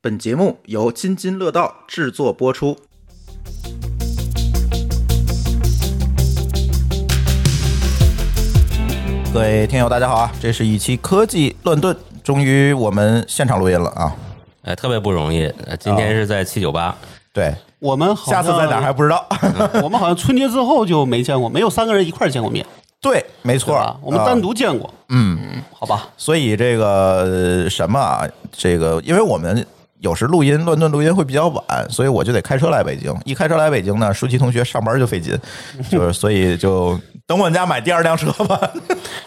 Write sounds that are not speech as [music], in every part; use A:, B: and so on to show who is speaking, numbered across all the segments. A: 本节目由津津乐道制作播出。各位听友，大家好啊！这是一期科技乱炖，终于我们现场录音了啊！
B: 哎，特别不容易。呃今
A: 哦
B: 天是在七九八，
A: 对，
C: 我们好
A: 下
C: 像
A: 次在哪儿还不知道。
C: [laughs]
A: [laughs]
C: 我们好像春节之后就没见过，没有三个人一块儿见过面，
A: 对，没
C: 对
A: 错
C: 吧？，我们
A: 啊
C: 单独见过，嗯，好吧，
A: 所以这个呃什么啊，这个因为我们有时录音乱炖录音会比较晚，所以我就得开车来北京。一开车来北京呢，舒淇同学上班就费劲，就是所以就等我们家买第二辆车吧。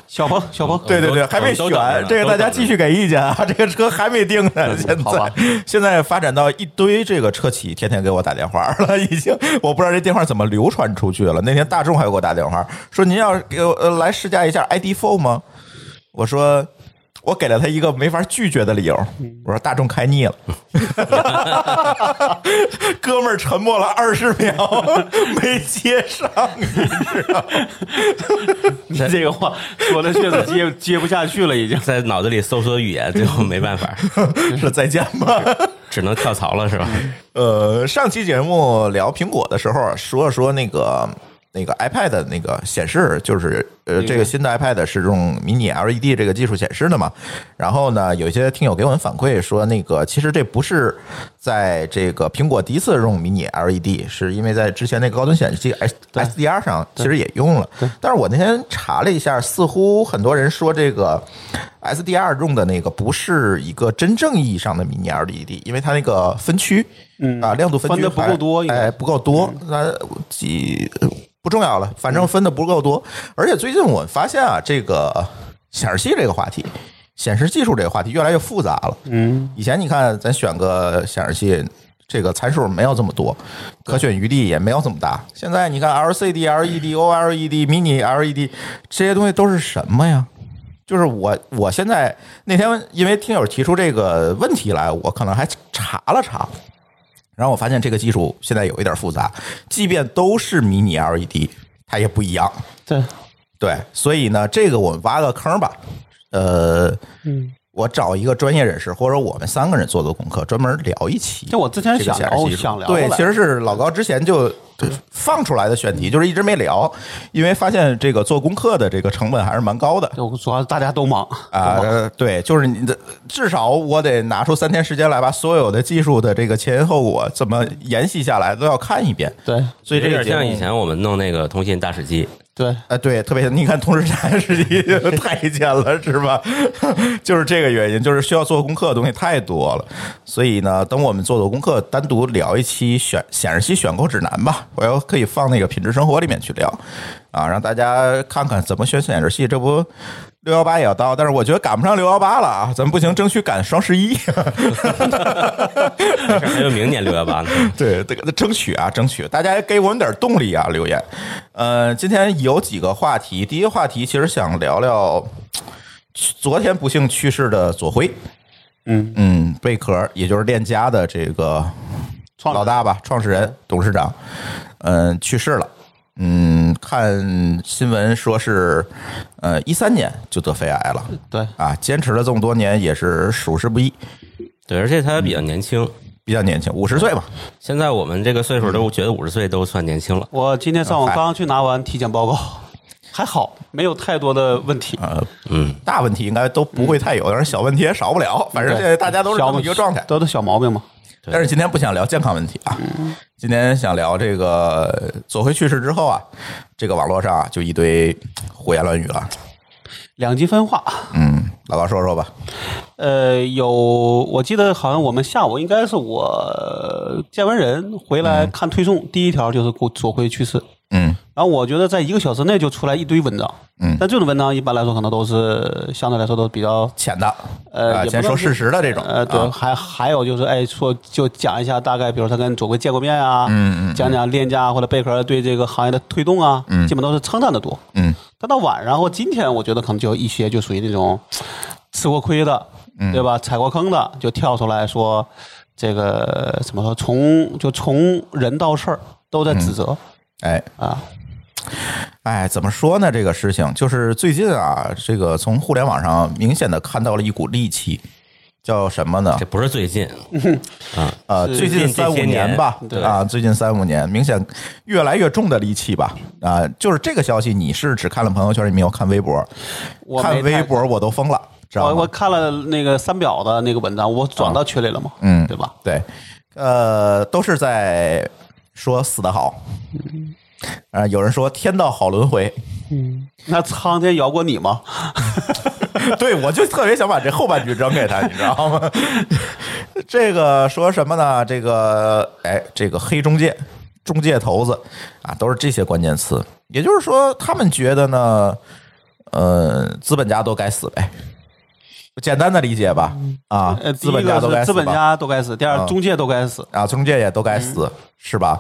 C: 小鹏，小鹏，
A: 嗯对对对，
B: 我们都
A: 还没选
B: 我们都等着，呢嗯
A: 这个大家
B: 都等着
A: 继续给意见啊， [laughs] 这个车还没定呢。现
C: 好吧
A: 在 [laughs] 现在发展到一堆这个车企天天给我打电话了， [laughs] 已经我不知道这电话怎么流传出去了。那天大众还给我打电话说您要给我、呃、来试驾一下 ID.4 吗？我说。我给了他一个没法拒绝的理由，我说大众开腻了， [laughs] 哥们儿沉默了二十秒， [laughs] 没接上，
C: [laughs]
A: [laughs]
C: 你这个话说的确实 [laughs] 接接不下去了，已经。
B: 在脑子里搜索语言，最后没办法，
A: [laughs] 说再见吧。
B: 只能跳槽了，是吧？
A: 呃，上期节目聊苹果的时候啊说了说那个那个 iPad 的那个显示，就是呃，这个新的 iPad 是用迷你 LED 这个技术显示的嘛。然后呢，有一些听友给我们反馈说，那个其实这不是在这个苹果第一次用迷你 LED，是因为在之前那个高端显示器 S SDR 上其实也用了。但是我那天查了一下，似乎很多人说这个 SDR 用的那个不是一个真正意义上的迷你 LED，因为它那个分区，嗯啊，亮度分
C: 分
A: 区
C: 得不
A: 还
C: 够多应该
A: 哎，不够多，那几呃不重要了，反正分的不够多。而且最近我发现啊，这个显示器这个话题。显示技术这个话题越来越复杂了。嗯，以前你看，咱选个显示器，这个参数没有这么多，可选余地也没有这么大。现在你看 LCD、LED、OLED、Mini E LED 这些东西都是什么呀？就是我我现在那天因为听友提出这个问题来，我可能还查了查，然后我发现这个技术现在有一点复杂，即便都是迷你 LED，它也不一样。
C: 对，
A: 对，所以呢，这个我们挖个坑吧。呃，嗯，我找一个专业人士，或者我们三个人做做功课，专门聊一期。
C: 这我之前
A: 这个
C: 想
A: 显
C: 聊
A: 示技术
C: 想聊
A: 对，
C: 来
A: 其实是老高之前就放出来的选题，就是一直没聊，因为发现这个做功课的这个成本还是蛮高的。
C: 就主要大家都忙，
A: 啊、呃对，就是你的，至少我得拿出三天时间来，把所有的技术的这个前因后果怎么延续下来都要看一遍。
C: 对
A: 所以这
B: 有
A: 个
B: 点
A: 节目
B: 像以前我们弄那个通信大使
A: [laughs]
B: 机，
C: 对，
A: 啊，对，特别像你看《同时代时期太监了，是吧？ [laughs] 就是这个原因，就是需要做功课的东西太多了，所以呢，等我们做做功课，单独聊一期选显示器选购指南吧，我要可以放那个品质生活里面去聊啊，让大家看看怎么选显示器。这不六幺八也要到，但是我觉得赶不上六幺八了啊，咱们不行，争取赶双十一。
B: 但是还有明年六幺八呢。
A: [laughs] 对，这个争取啊，争取，大家给我们点动力啊！留言，呃，今天有几个话题，第一个话题其实想聊聊昨天不幸去世的左晖，
C: 嗯
A: 嗯，贝壳，也就是链家的这个
C: 创
A: 老大吧，创始人、董事长，嗯、去世了。嗯，看新闻说是，呃，一三年就得肺癌了
C: 对，
A: 啊，坚持了这么多年也是属实不易，
B: 对，而且他比较年轻，
A: 比较年轻，五十岁吧，
B: 现在我们这个岁数都觉得五十岁都算年轻了。
C: 我今天上午
A: 嗨
C: 刚刚去拿完体检报告，还好没有太多的问题，
A: 呃，嗯，大问题应该都不会太有，但是小问题也少不了。反正
C: 嗯对
A: 现在大家都是这
C: 小
A: 么一个状态。
C: 都是小毛病嘛。
A: 但是今天不想聊健康问题啊，
C: 嗯
A: 今天想聊这个左晖去世之后啊，这个网络上啊就一堆胡言乱语了。
C: 两极分化，
A: 嗯，老高说说吧。
C: 呃，有，我记得好像我们下午应该是我呃见完人回来看推送，第一条就是左晖去世，
A: 嗯
C: 然后我觉得在一个小时内就出来一堆文章，
A: 嗯
C: 但这种文章一般来说可能都是相对来说都比较
A: 浅的，
C: 呃
A: 啊
C: 也不
A: 先说
C: 能是
A: 事实的这种，
C: 呃，对，
A: 啊
C: 还还有就是哎，说就讲一下大概，比如他跟左晖见过面啊，嗯嗯，讲讲链家或者贝壳对这个行业的推动啊，嗯，基本都是称赞的多，
A: 嗯，
C: 但到晚上或今天，我觉得可能就有一些就属于那种吃过亏的，
A: 嗯
C: 对吧？踩过坑的，就跳出来说这个怎么说，从就从人到事儿都在指责、
A: 哎，
C: 啊，
A: 哎，怎么说呢？这个事情就是最近啊，这个从互联网上明显的看到了一股戾气，叫什么呢
B: 这？不是最近，
A: 呃，最近
B: 近这
A: 三五
B: 些年
A: 吧，
B: 对
A: 啊，最近三五年，明显越来越重的戾气吧，啊，就是这个消息，你是只看了朋友圈，你没有看微博，
C: 我没
A: 看微博我都疯了，知道
C: 我我
A: 吗？
C: 看了那个三表的那个文章，我转到群里了嘛，
A: 嗯
C: 对吧？
A: 对，呃，都是在说死得好，啊，有人说天道好轮回，
C: 那苍天饶过你吗？
A: [laughs] 对，我就特别想把这后半句扔给他，你知道吗？ [laughs] 这个说什么呢？这个哎，这个黑中介、中介头子啊，都是这些关键词。也就是说，他们觉得呢，呃，资本家都该死呗，简单的理解吧？啊
C: 呃，，
A: 资本家都
C: 第一个
A: 该
C: 是
A: 死
C: 资
A: 吧
C: 本家嗯都该死，第二中介都该死，
A: 啊，中介也都该死，是吧？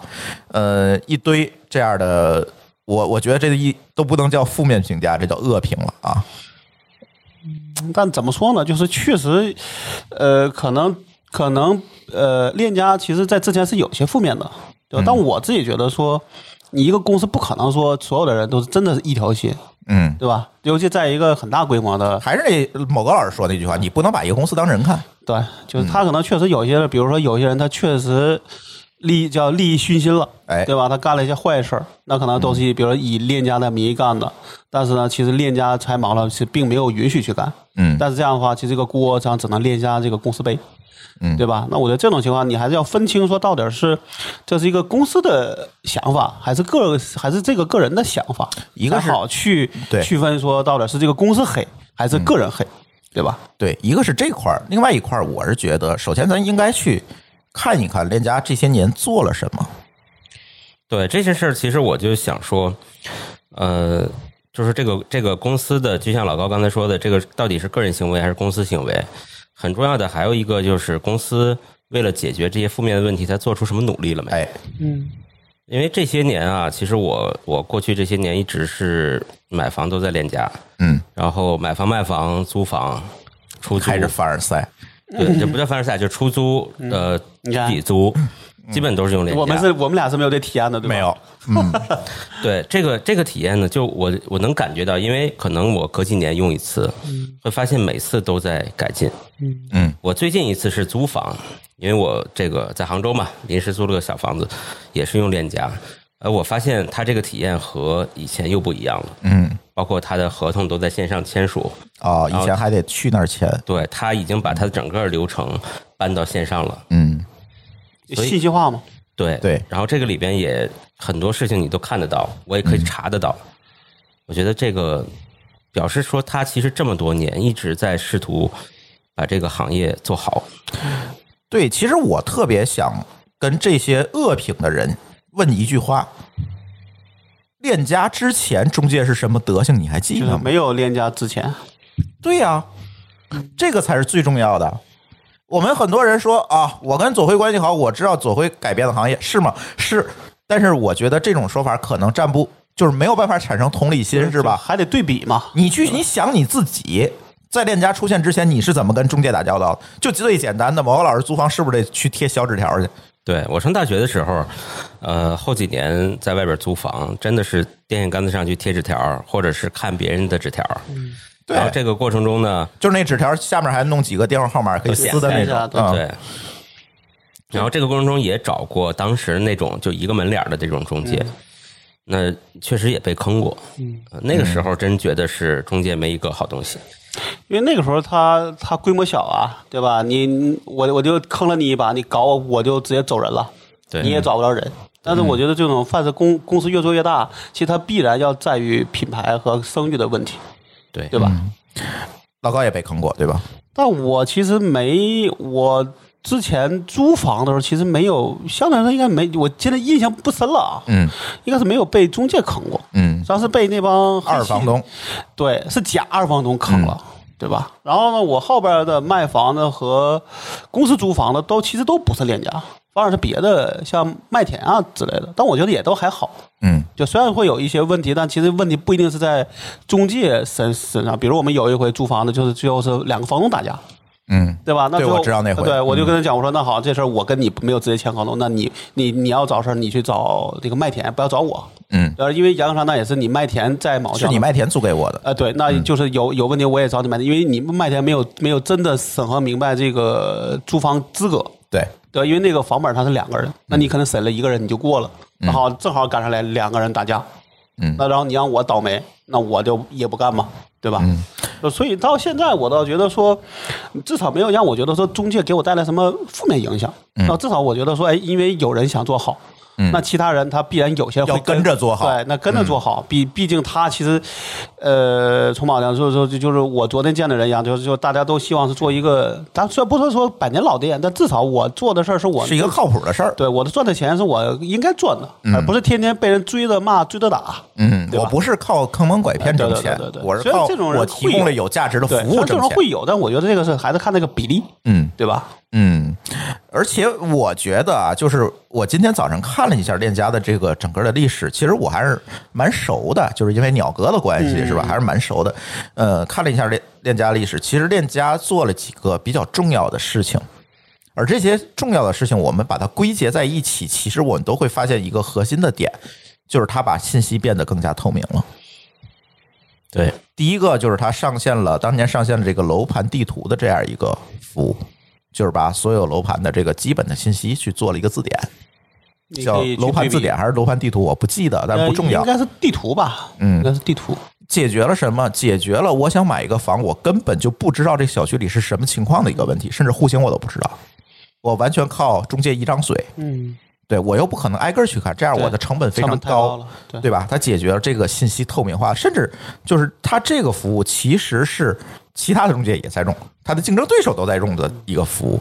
A: 呃，一堆这样的，我我觉得这一都不能叫负面评价，这叫恶评了啊。
C: 但怎么说呢？就是确实，呃，可能可能呃，链家其实在之前是有些负面的，对
A: 嗯
C: 吧？但我自己觉得说，你一个公司不可能说所有的人都是真的是一条心，
A: 嗯，
C: 对吧？尤其在一个很大规模的，
A: 还是那某高老师说那句话，你不能把一个公司当人看。
C: 对，
A: 嗯
C: 就是他可能确实有些，人，比如说有些人他确实利叫利益熏心了。
A: 哎，嗯
C: 对吧？他干了一些坏事儿，那可能都是以比如说以链家的名义干的，但是呢，其实链家拆盲了是并没有允许去干，
A: 嗯
C: 但是这样的话，其实这个锅将只能链家这个公司背，
A: 嗯
C: 对吧？那我觉得这种情况，你还是要分清说到底是这是一个公司的想法，还是个还是这个个人的想法，
A: 一个是
C: 才好去
A: 对嗯
C: 区分说到底是这个公司黑还是个人黑，对吧？
A: 对，一个是这块儿，另外一块儿，我是觉得，首先咱应该去看一看链家这些年做了什么。
B: 对这件事儿，其实我就想说，呃，就是这个这个公司的，就像老高刚才说的，这个到底是个人行为还是公司行为？很重要的还有一个就是公司为了解决这些负面的问题，它做出什么努力了没？
A: 哎，
B: 因为这些年啊，其实我我过去这些年一直是买房都在链家，
A: 嗯，
B: 然后买房卖房租房出租，
A: 开始凡尔赛， [laughs]
B: 对，这不叫凡尔赛，就是出租呃
C: 嗯你看
B: 自己租，
A: 嗯
B: 基本都是用链家。
C: 我们是我们俩是没有这体验的，对吧？
A: 没有，
B: 对这个这个体验呢，就我我能感觉到，因为可能我隔几年用一次，会发现每次都在改进。
A: 嗯，
B: 我最近一次是租房，因为我这个在杭州嘛，临时租了个小房子，也是用链家。呃，我发现它这个体验和以前又不一样了，
A: 嗯，
B: 包括它的合同都在线上签署，
A: 哦，以前还得去那儿签，
B: 对，它已经把它的整个流程搬到线上了。
A: 嗯，
B: 所以
C: 信息化嘛，
B: 对
A: 对
B: 然后这个里边也很多事情你都看得到，我也可以查得到。我觉得这个表示说，他其实这么多年一直在试图把这个行业做好。
A: 对，其实我特别想跟这些恶评的人问一句话：链家之前中介是什么德行？你还记
C: 就是
A: 得吗？
C: 没有链家之前，
A: 对呀、这个才是最重要的。我们很多人说啊，我跟左晖关系好，我知道左晖改变了行业，是吗？是，但是我觉得这种说法可能站不，就是没有办法产生同理心，是吧？
C: 还得对比嘛，
A: 你去，你想你自己在链家出现之前，你是怎么跟中介打交道的？就最简单的，某个老师租房是不是得去贴小纸条去？
B: 对我上大学的时候，呃，后几年在外边租房，真的是电线杆子上去贴纸条，或者是看别人的纸条。
A: 对
B: 然后这个过程中呢，
A: 就是那纸条下面还弄几个电话号码可以撕的那
C: 都点开一下
A: 种，
C: 对
A: 嗯，
B: 对。然后这个过程中也找过当时那种就一个门脸儿的这种中介，那确实也被坑过。嗯，那个时候真觉得是中介没一个好东西。
C: 因为那个时候他他规模小啊，对吧？你我我就坑了你一把，你搞我我就直接走人了，
B: 对，嗯
C: 你也找不着人。但是我觉得这种凡是公公司越做越大，其实它必然要在于品牌和声誉的问题，
B: 对
C: 对吧？
A: 老高也被坑过，对吧？
C: 但我其实没我之前租房的时候，其实没有，相对来说应该没，我现在印象不深了啊，
A: 嗯
C: 应该是没有被中介坑过，
A: 嗯，
C: 主要是被那帮黑
A: 二
C: 企
A: 房东，嗯
C: 对，是假二房东坑了，对吧？然后呢，我后边的卖房的和公司租房的都其实都不是链家，反而是别的像麦田啊之类的，但我觉得也都还好。
A: 嗯
C: 就虽然会有一些问题，但其实问题不一定是在中介身身上。比如我们有一回租房的，就是最后是两个房东打架，
A: 嗯，
C: 对吧？那
A: 对
C: 最后呃
A: 我知道那回嗯
C: 对我就跟他讲，我说那好，这事儿我跟你没有直接签合同，那你你你要找事儿，你去找这个麦田，不要找我。
A: 嗯，
C: 呃，因为养狗场那也是你麦田在毛
A: 是
C: 家
A: 你麦田租给我的，
C: 呃，对，那就是有有问题我也找你麦田，因为你们麦田没有没有真的审核明白这个租房资格，
A: 对，
C: 对，因为那个房本它是两个
A: 嗯
C: 人，那你可能审了一个人你就过了，然后正好赶上来两个人打架，
A: 嗯
C: 那然后你让我倒霉，那我就也不干嘛，对吧？嗯，所以到现在我倒觉得说，至少没有让我觉得说中介给我带来什么负面影响，
A: 嗯
C: 那至少我觉得说，哎，因为有人想做好。那其他人他必然有些会
A: 要跟着做好
C: 对，那跟着做
A: 嗯
C: 好，毕毕竟他其实，呃，从马上说说就就是我昨天见的人一样，就是就大家都希望是做一个，咱虽然不是说百年老店，但至少我做的事儿是我
A: 是一个靠谱的事儿。
C: 对我的赚的钱是我应该赚的，而不是天天被人追着骂、追着打。
A: 嗯，
C: 对吧
A: 我不是靠坑蒙拐骗挣钱
C: 对对对对，对
A: 我是
C: 所以
A: 靠
C: 这种人
A: 我提供了有价值的服
C: 对，虽
A: 务
C: 然这
A: 挣
C: 种
A: 钱。
C: 会有，但我觉得这个是还是看那个比例，
A: 嗯
C: 对吧？
A: 嗯，而且我觉得啊，就是我今天早上看了一下链家的这个整个的历史，其实我还是蛮熟的，就是因为鸟哥的关
C: 嗯
A: 系是吧，还是蛮熟的。呃，看了一下链链家历史，其实链家做了几个比较重要的事情。而这些重要的事情，我们把它归结在一起，其实我们都会发现一个核心的点，就是它把信息变得更加透明了。
B: 对，
A: 第一个就是它上线了，当年上线了这个楼盘地图的这样一个服务，就是把所有楼盘的这个基本的信息去做了一个字典，
C: 你
A: 叫
C: 可以去
A: 楼盘字
C: 对比
A: 典，还是楼盘地图，我不记得，但
C: 呃
A: 不重要
C: 应。该是地图吧？嗯，应该是地图。
A: 解决了什么？解决了我想买一个房，我根本就不知道这小区里是什么情况的一个问题，甚至户型我都不知道，我完全靠中介一张嘴。
C: 嗯，
A: 对我又不可能挨个儿去看，这样
C: 对
A: 我的成本非
C: 成
A: 常
C: 本太高了对
A: 对吧？它解决了这个信息透明化，甚至就是它这个服务其实是其他的中介也在用，它的竞争对手都在用的一个服务。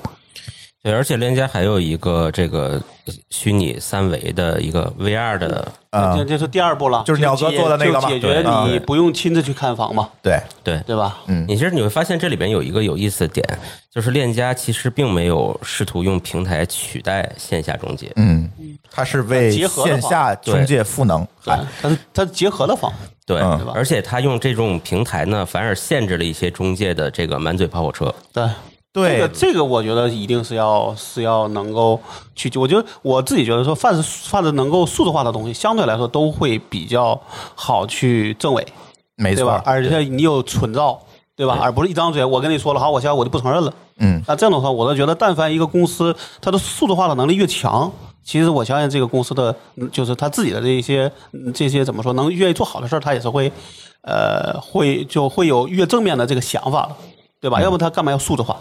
B: 对，而且链家还有一个这个虚拟三维的一个 VR 的，
A: 啊
C: 嗯这这是第二步了，
A: 就是鸟哥
C: 解
A: 做的那个嘛
C: 就解决
A: 对啊
C: 你不用亲自去看房嘛，
A: 对，
B: 对，
C: 对吧？
B: 你其实你会发现这里边有一个有意思的点，就是链家其实并没有试图用平台取代线下中介，
A: 嗯，它是为
C: 结合的
A: 线
C: 话
A: 下中介赋能。
C: 对，哎它是它是结合的房，
B: 对，
A: 嗯
C: 对吧
B: 而且他用这种平台呢，反而限制了一些中介的这个满嘴跑火车，
C: 对。
A: 哎
C: 哎
A: 对
C: 这个这个，我觉得一定是要是要能够去，我觉得我自己觉得说，凡是凡是能够数字化的东西，相对来说都会比较好去证伪，
A: 没
C: 对
A: 错
C: 吧？，而且你有存照，对吧？而不是一张嘴，我跟你说了，好，我现在我就不承认了。
A: 嗯，
C: 那这种的话，我都觉得，但凡一个公司它的数字化的能力越强，其实我相信这个公司的，嗯就是他自己的这一些嗯这些怎么说，能愿意做好的事儿，他也是会，呃，会就会有越正面的这个想法了，对吧？
A: 嗯
C: 要不他干嘛要数字化？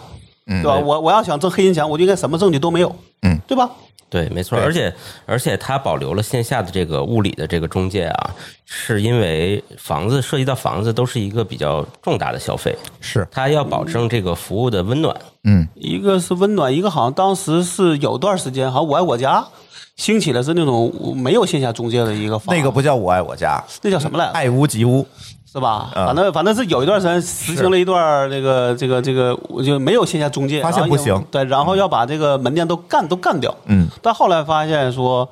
C: 对吧？我我要想挣黑心钱，我就应该什么证据都没有，
A: 嗯，
C: 对吧？
B: 对，没错，
A: 对
B: 而且而且它保留了线下的这个物理的这个中介啊，是因为房子涉及到房子都是一个比较重大的消费，
A: 是
C: 啊
B: 它要保证这个服务的温暖，
A: 嗯
C: 一个是温暖，一个好像当时是有段时间，好像我爱我家兴起的是那种没有线下中介的一个房，
A: 那个不叫我爱我家，
C: 那叫什么来着？
A: 爱屋及乌。
C: 是吧？
A: 嗯
C: 反正反正是有一段时间实行了一段那个这个这个，我就没有线下中介，
A: 发现
C: 然
A: 不
C: 后要
A: 行
C: 对，然后要把这个门店都干都干掉，
A: 嗯，
C: 但后来发现说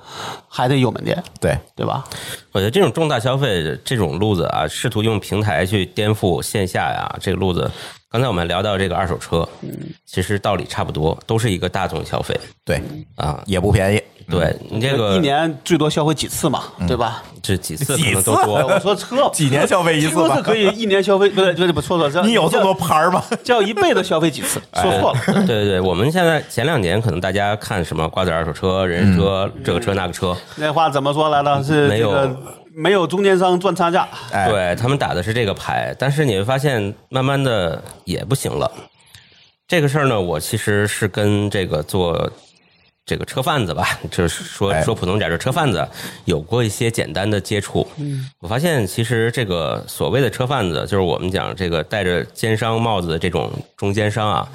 C: 还得有门店，
A: 对，
C: 对吧？
B: 我觉得这种重大消费这种路子啊，试图用平台去颠覆线下呀、这个路子。刚才我们聊到这个二手车，
A: 嗯
B: 其实道理差不多，都是一个大众消费
A: 对，
C: 嗯
B: 啊。
A: 也不便宜。
B: 对你这个
C: 一年最多消费几次嘛，对吧？哎
B: 这几次
A: 几
B: 可能都
A: 次
B: 多，
C: 我说车
A: 嗯 [laughs] 几年消费一次吧
C: 车是可以嗯一年消费，不对不对，不错错，这
A: [laughs] 你有这么多哎
C: 叫
A: 牌儿
C: [laughs]
A: 吗？
C: 叫一辈子消费
A: [laughs]
C: 几次，说错了。
B: [laughs] 对对对，我们现在前两年可能大家看什么瓜子二手车、人人车、
A: 嗯
B: 这个车那个车，
C: 那话怎么说来着？是
B: 没
C: 这
B: 有
C: 个没有中间商赚差价，
A: 哎
B: 对他们打的是这个牌，但是你会发现慢慢的也不行了。这个事儿呢，我其实是跟这个做这个车贩子吧，就是说
A: 哎
B: 说普通点儿，就是车贩子有过一些简单的接触。嗯，我发现其实这个所谓的车贩子，就是我们讲这个戴着奸商帽子的这种中间商啊，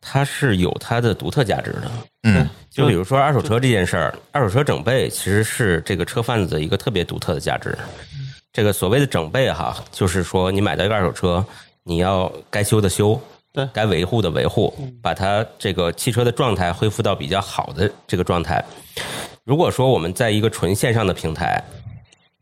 B: 它是有它的独特价值的。
A: 嗯，
B: 就比如说二手车这件事儿，二手车整备其实是这个车贩子的一个特别独特的价值。这个所谓的整备哈，就是说你买到一个二手车，你要该修的修，
C: 对
B: 该维护的维护，把它这个汽车的状态恢复到比较好的这个状态。如果说我们在一个纯线上的平台，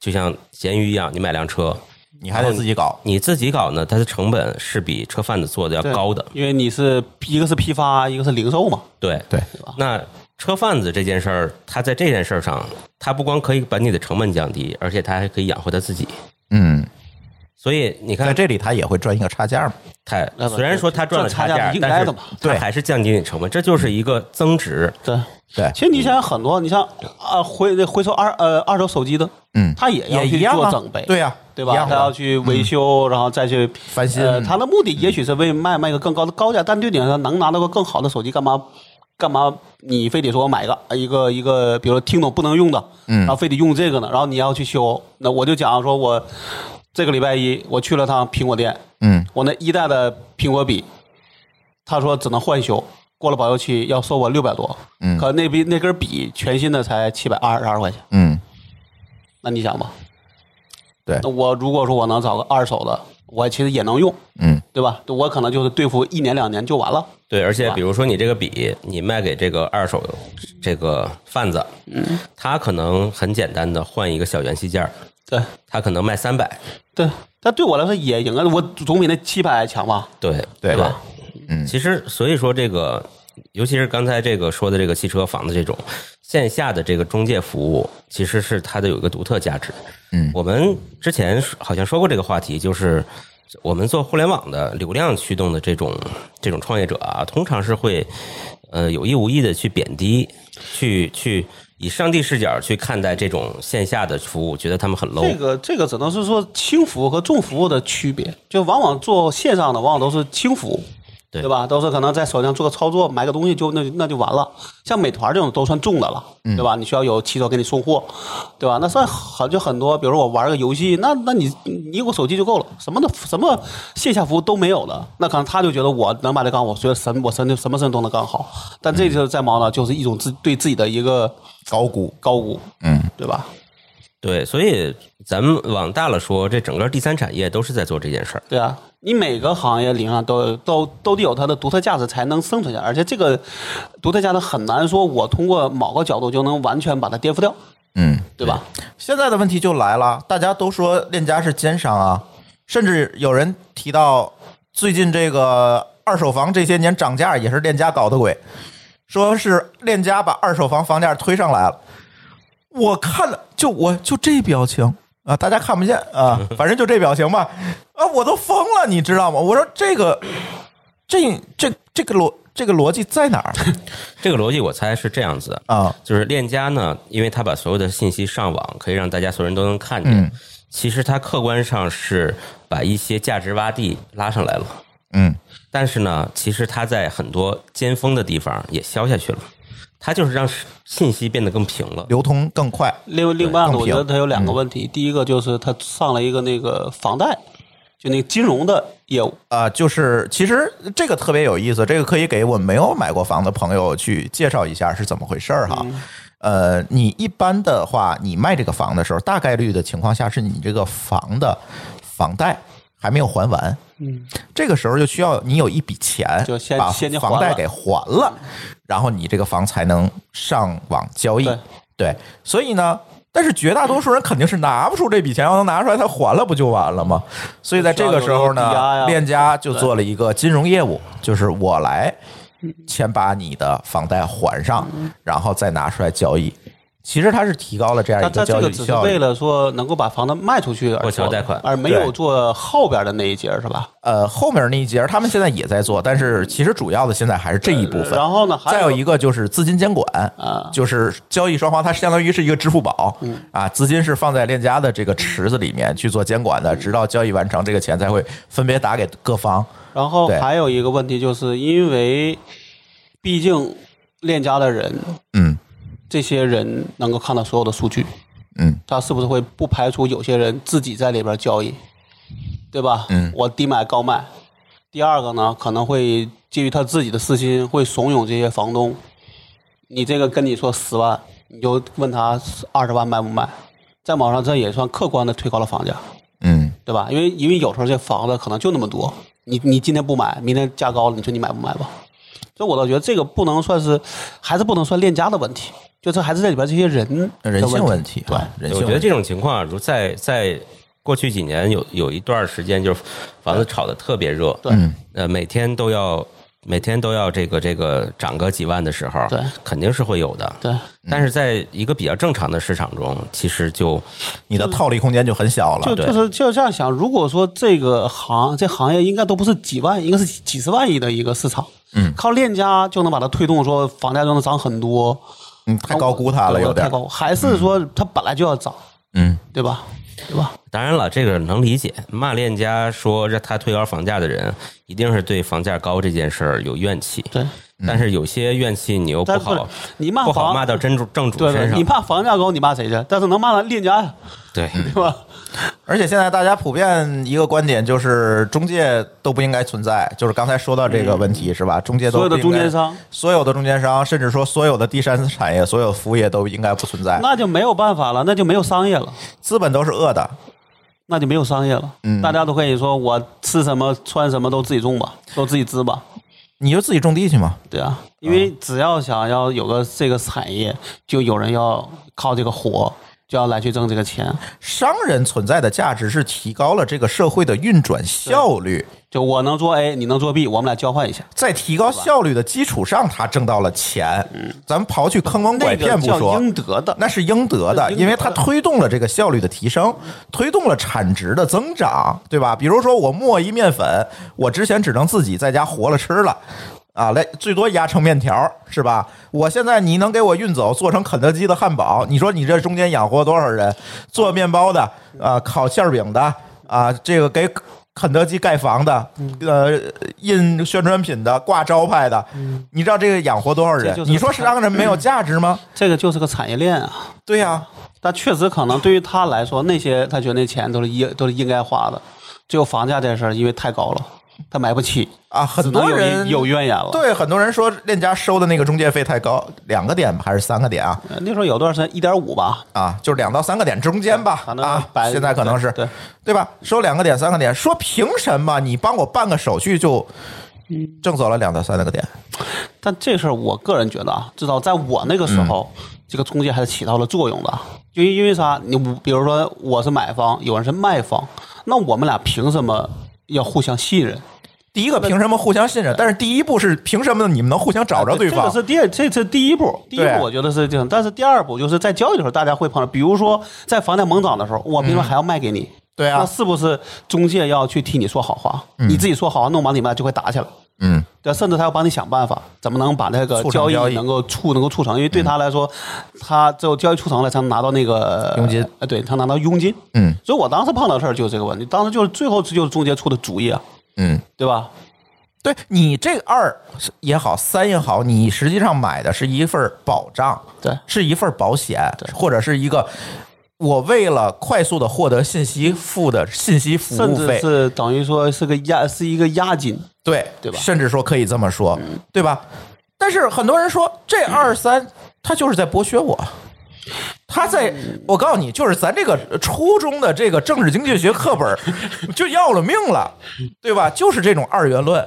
B: 就像闲鱼一样，你买辆车，
A: 你还得自己搞。
B: 你自己搞呢，它的成本是比车贩子做的要
C: 对
B: 高的。
C: 因为你是一个是批发，一个是零售嘛，
B: 对
A: 对，
B: 那车贩子这件事儿，他在这件事儿上，他不光可以把你的成本降低，而且他还可以养活他自己。
A: 嗯，
B: 所以你
A: 在
B: 看，
A: 这里他也会赚一个差价嘛。
B: 他
C: 那
B: 虽然说他赚了差
C: 赚差价
B: 价
C: 不应，该
B: 但
C: 的
B: 是
C: 嘛
A: 对
B: 他还是降低你成本，这就是一个增值。
C: 对。
A: 对，
C: 其实你想想很多，你像啊回那回收二呃二手手机的，
A: 嗯
C: 他也要
A: 也
C: 去
A: 一样
C: 做
A: 啊
C: 整备，
A: 对呀
C: 对
A: 一
C: 吧？
A: 样啊
C: 他
A: 的
C: 要去维修，然后再去
A: 翻新
C: 呃，他的目的也许是为卖卖个更高的高价，但对你来说能拿到个更好的手机，干嘛干嘛？你非得说我买个一个一个，比如说听懂不能用的，
A: 嗯
C: 然后非得用这个呢？然后你要去修，那我就讲说我这个礼拜一我去了趟苹果店，
A: 嗯
C: 我那一代的苹果笔，他说只能换修，过了保修期要收我六百多。
A: 嗯
C: 可那笔那根笔全新的才七百二十二块钱，
A: 嗯，
C: 那你想吧？
A: 对
C: 那我如果说我能找个二手的，我其实也能用，
A: 嗯
C: 对吧？我可能就是对付一年两年就完了。
B: 对，而且
C: 吧
B: 比如说你这个笔，你卖给这个二手这个贩子，
C: 嗯
B: 他可能很简单的换一个小元器件儿，
C: 对
B: 他可能卖三百，
C: 对，但对我来说也应该，我总比那七百强吧？
B: 对
A: 对
B: 吧？
A: 嗯
B: 其实所以说这个，尤其是刚才这个说的这个汽车、房子这种线下的这个中介服务，其实是它的有一个独特价值。
A: 嗯
B: 我们之前好像说过这个话题，就是我们做互联网的流量驱动的这种这种创业者啊，通常是会呃有意无意的去贬低，去去以上帝视角去看待这种线下的服务，觉得他们很 low。
C: 这个这个只能是说轻服务和重服务的区别，就往往做线上的往往都是轻服务。
B: 对
C: 吧？都是可能在手上做个操作，买个东西就那就那就完了。像美团这种都算重的了，
A: 嗯
C: 对吧？你需要有骑手给你送货，对吧？那算很就很多，比如说我玩个游戏，那那你你有个手机就够了，什么的什么线下服务都没有的，那可能他就觉得我能把这干好，我觉得什么我什么什么事都能干好。但这就是在忙呢，就是一种自对自己的一个
A: 嗯高估，
C: 高估，
A: 嗯
C: 对吧？
B: 对，所以咱们往大了说，这整个第三产业都是在做这件事儿。
C: 对啊，你每个行业理论上都都都得有它的独特价值才能生存下来，而且这个独特价值很难说我通过某个角度就能完全把它颠覆掉，
A: 嗯。
C: 对吧？
A: 现在的问题就来了，大家都说链家是奸商啊，甚至有人提到最近这个二手房这些年涨价也是链家搞的鬼，说是链家把二手房房价推上来了。我看了，就我就这表情啊，大家看不见啊，反正就这表情吧，啊，我都疯了，你知道吗？我说这个，这这这个逻这个逻辑在哪儿
B: 这个逻辑我猜是这样子的，
A: 啊？
B: 就是链家呢，因为它把所有的信息上网，可以让大家所有人都能看见。
A: 嗯
B: 其实它客观上是把一些价值洼地拉上来了，
A: 嗯
B: 但是呢，其实它在很多尖峰的地方也消下去了，它就是让信息变得更平了。
A: 流通更快，
C: 另另外呢，
A: 更嗯
C: 我
A: 平
C: 觉得它有两个问题，第一个就是它上了一个那个房贷，就那个金融的业务，
A: 啊、就是其实这个特别有意思，这个可以给我没有买过房的朋友去介绍一下是怎么回事儿哈。
C: 嗯
A: 呃，你一般的话，你卖这个房的时候，大概率的情况下是你这个房的房贷还没有还完，
C: 嗯，
A: 这个时候就需要你有一笔钱，
C: 就先
A: 把
C: 先去还
A: 房贷
C: 了
A: 给还了，然后你这个房才能上网交易。
C: 对
A: 对，所以呢。但是绝大多数人肯定是拿不出这笔钱，要能拿出来，他还了不就完了吗？所以在这个时候
C: 需要有抵押
A: 呢，
C: 呀
A: 链家就做了一个金融业务，就是我来先把你的房贷还上，然后再拿出来交易。其实它是提高了这样
C: 它
A: 一
C: 它
A: 个
C: 这
A: 交
C: 个
A: 易
C: 只是
A: 效
C: 为
A: 率。
C: 了说能够把房子卖出去而
B: 过桥
C: 做的
B: 贷款
C: 而没有做后边的那一节，是吧？
A: 呃，后面那一节他们现在也在做，但是其实主要的现在还是这一部分。
C: 然后呢，还
A: 再有
C: 有
A: 一个就是资金监管，
C: 啊嗯
A: 就是交易双方它相当于是一个支付宝，啊，资金是放在链家的这个池子里面去做监管的，
C: 嗯
A: 直到交易完成，这个钱才会分别打给各方。
C: 然后
A: 对
C: 还有一个问题，就是因为毕竟链家的人，
A: 嗯
C: 这些人能够看到所有的数据，
A: 嗯
C: 他是不是会不排除有些人自己在里边交易，对吧？
A: 嗯
C: 我低买高卖。第二个呢，可能会基于他自己的私心，会怂恿这些房东，你这个跟你说十万，你就问他二十万卖不卖，在网上这也算客观的推高了房价。
A: 嗯
C: 对吧？因为因为有时候这房子可能就那么多，你你今天不买，明天价高了，你说你买不买吧？所以我倒觉得这个不能算是，还是不能算链家的问题，就这还是这里边这些人的
A: 呃人性问
C: 问
A: 题
C: 对
A: 啊，人性
B: 我觉得
A: 问题
B: 这种情况，如在在过去几年有有一段时间，就是房子炒得特别热，
C: 对，
B: 呃，每天都要每天都要这个这个涨个几万的时候，
C: 对，
B: 肯定是会有的。
A: 啊
C: 对，
B: 但是在一个比较正常的市场中，其实就
A: 你的套利空间就很小
C: 就
A: 了。
C: 就是就这样想，如果说这个行这行业应该都不是几万，应该是几几十万亿的一个市场，嗯，靠链家就能把它推动，说房价就能涨很多，
A: 嗯，太高估它了，
C: 对
A: 有点
C: 太
A: 儿。
C: 高，还是说它本来就要涨，
A: 嗯，
C: 对吧？对吧？
B: 当然了，这个能理解。骂链家说让他推高房价的人，一定是对房价高这件事儿有怨气。
C: 对，
B: 但是有些怨气你又不
C: 但不是
B: 好，
C: 你骂
B: 不好
C: 房
B: 骂到真主正主
C: 对
B: 身
C: 对，
B: 上
C: 你。骂房价高，你骂谁去？但是能骂到链家，
B: 对，
C: 对吧？
A: 而且现在大家普遍一个观点就是，中介都不应该存在，就是刚才说到这个问题是吧？中介都
C: 嗯所有的
A: 不应该
C: 中间商，
A: 所有的中间商，甚至说所有的第三产业、所有服务业都应该不存在。
C: 那就没有办法了，那就没有商业了。
A: 资本都是恶的，
C: 那就没有商业了，
A: 嗯
C: 大家都可以说我吃什么穿什么都自己种吧，都自己织吧，
A: 你就自己种地去嘛。
C: 对啊，因为只要想要有个这个产业，就有人要靠这个活，就要来去挣这个钱。
A: 商人存在的价值是提高了这个社会的运转效率，
C: 就我能做 A，你能做 B，我们俩交换一下。
A: 在提高效率的基础上，他挣到了钱。咱们刨去坑蒙拐骗不
C: 嗯那个叫
A: 说，
C: 应得
A: [laughs]
C: 的，
A: 那是应得的，
C: 是应得的
A: 因为它推动了这个效率的提升，推动了产值的增长，对吧？比如说我磨一面粉，我之前只能自己在家和了吃了。啊，来最多压成面条是吧？我现在你能给我运走，做成肯德基的汉堡，你说你这中间养活多少人？做面包的啊，烤馅儿饼的啊，这个给肯德基盖房的，
C: 嗯
A: 呃，印宣传品的，挂招牌的，你知道这个养活多少人
C: 嗯这就？是
A: 你说商人没有价值吗？
C: 这个就是个产业链啊。
A: 对呀、
C: 但确实可能对于他来说，那些他觉得那钱都是应都是应该花的，只有房价这事儿因为太高了，他买不起，
A: 啊，很
C: 只能
A: 多
C: 有
A: 人
C: 有怨言了。
A: 对很多人说链家收的那个中介费太高，两个点吧还是三个点啊？
C: 呃，那时候有段时间一点五吧，
A: 啊，就是两到三个点中间吧
C: 可能
A: 啊
C: 百，
A: 现在可能是
C: 对对
A: 吧？收两个点三个点，说凭什么你帮我办个手续就挣走了两到三个点？
C: 嗯但这事儿，我个人觉得啊，至少在我那个时候，这个中介还是起到了作用的。就因因为啥？你我比如说我是买方，有人是卖方，那我们俩凭什么要互相信任？
A: 第一个凭什么互相信任？但是第一步是凭什么你们能互相找着
C: 哎这
A: 方
C: 个？是第二，这是第一步。第一
A: 对
C: 步我觉得是这样，但是第二步就是在交易的时候，大家会碰到，比如说在房价猛涨的时候，我凭什么还要卖给你？
A: 嗯对啊
C: 那是不是中介要去替你说好话？你自己说好话，弄完你们俩就会打起来。
A: 嗯，
C: 对，甚至他要帮你想办法，怎么能把那个
A: 促成
C: 交易
A: 交易嗯
C: 能够促能够促成？因为对他来说，他只有交易促成了，才能拿到那个
A: 佣金。
C: 呃，对他拿到佣金。
A: 嗯，
C: 所以我当时碰到事儿就是这个问题，当时就是最后就是中介出的主意啊，
A: 嗯，
C: 对吧？
A: 对你这个二也好，三也好，你实际上买的是一份保障，
C: 对
A: 是一份保险，或者是一个我为了快速的获得信息付的信息服
C: 甚
A: 务
C: 至
A: 费，
C: 是等于说是个押，是一个押金。
A: 对
C: 对吧嗯
A: 甚至说可以这么说，对吧？但是很多人说这二三，他就是在剥削我。他在，
C: 嗯
A: 我告诉你，就是咱这个初中的这个政治经济学课本儿就要了命了，对吧？就是这种二元论，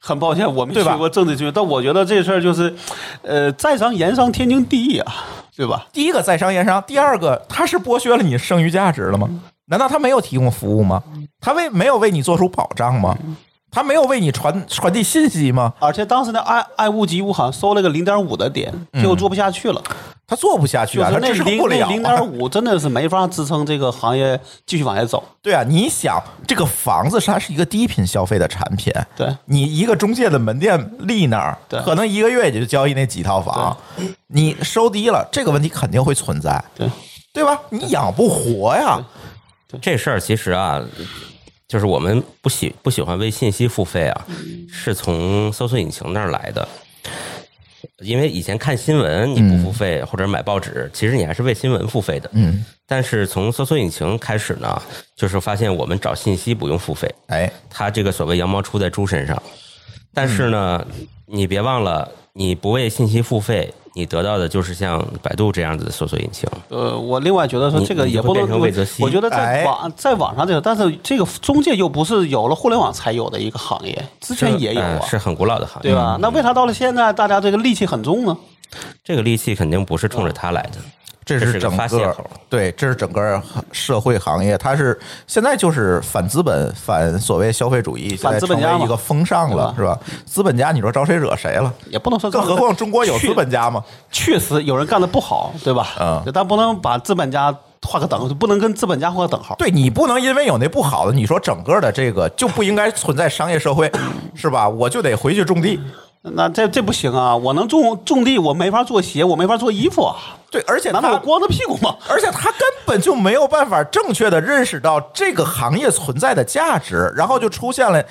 C: 很抱歉，我没
A: 对吧
C: 学过政治学，但我觉得这事儿就是，呃，在商言商天经地义啊，对吧？
A: 第一个在商言商，第二个他是剥削了你剩余价值了
C: 嗯
A: 吗？难道他没有提供服务吗？他为没有为你做出保障吗？
C: 嗯
A: 他没有为你传传递信息吗？
C: 而且当时的爱爱屋及乌好像收了个零点五的点，结果做不下去了。
A: 他做不下去嗯
C: 就
A: 啊，
C: 是
A: 他
C: 那
A: 支撑
C: 零
A: 不了、
C: 那
A: 啊。
C: 零点五真的是没法支撑这个行业继续往下走。
A: 对啊，你想这个房子它是一个低频消费的产品，
C: 对
A: 你一个中介的门店立那儿，
C: 对
A: 可能一个月也就交易那几套房，你收低了，这个问题肯定会存在，
C: 对，
A: 对吧？你养不活呀，
B: 这事儿其实啊，就是我们不喜不喜欢为信息付费啊，
C: 嗯
B: 是从搜索引擎那儿来的。因为以前看新
C: 嗯
B: 闻你不付费，或者买报纸，其实你还是为新闻付费的。
A: 嗯，
B: 但是从搜索引擎开始呢，就是发现我们找信息不用付费，
A: 哎，
B: 它这个所谓羊毛出在猪身上。但是呢，
C: 嗯
B: 你别忘了，你不为信息付费，你得到的就是像百度这样子的搜索引擎。
C: 呃，我另外觉得说
B: 你
C: 这个
B: 你
C: 也
B: 就
C: 不
B: 会
C: 能
B: 变成魏则西
C: 我觉得在
A: 哎
C: 网在网上这个，但是这个中介又不是有了互联网才有的一个行业，之前也有啊
B: 嗯，
A: 哎
B: 是很古老的行业
C: 对。吧？那为啥到了现在大家这个戾气很重呢？啊
B: 这个戾气肯定不是冲着他来的，
A: 这
B: 这
A: 是
B: 是个
A: 整
B: 发泄
A: 个
B: 口
A: 对，这是整个社会行业，它是现在就是反资本、反所谓消费主义，现
C: 反
A: 在
C: 资
A: 成
C: 本家嘛
A: 为一个风尚了，是
C: 对
A: 吧？资本家，你说招谁惹谁了？
C: 也不能说
A: 更何况中国有资本家吗？
C: 确实有人干的不好，对吧？
A: 嗯
C: 但不能把资本家画个等，不能跟资本家画个等号。
A: 对你不能因为有那不好的，你说整个的这个就不应该存在商业社会，是吧？我就得回去种地。
C: 那这这不行啊！我能种种地，我没法做鞋，我没法做衣服啊！
A: 对，而且
C: 难道我
A: 他，
C: 光着屁股
A: [laughs]
C: 吗？
A: 而且他根本就没有办法正确的认识到这个行业存在的价值，然后就出现了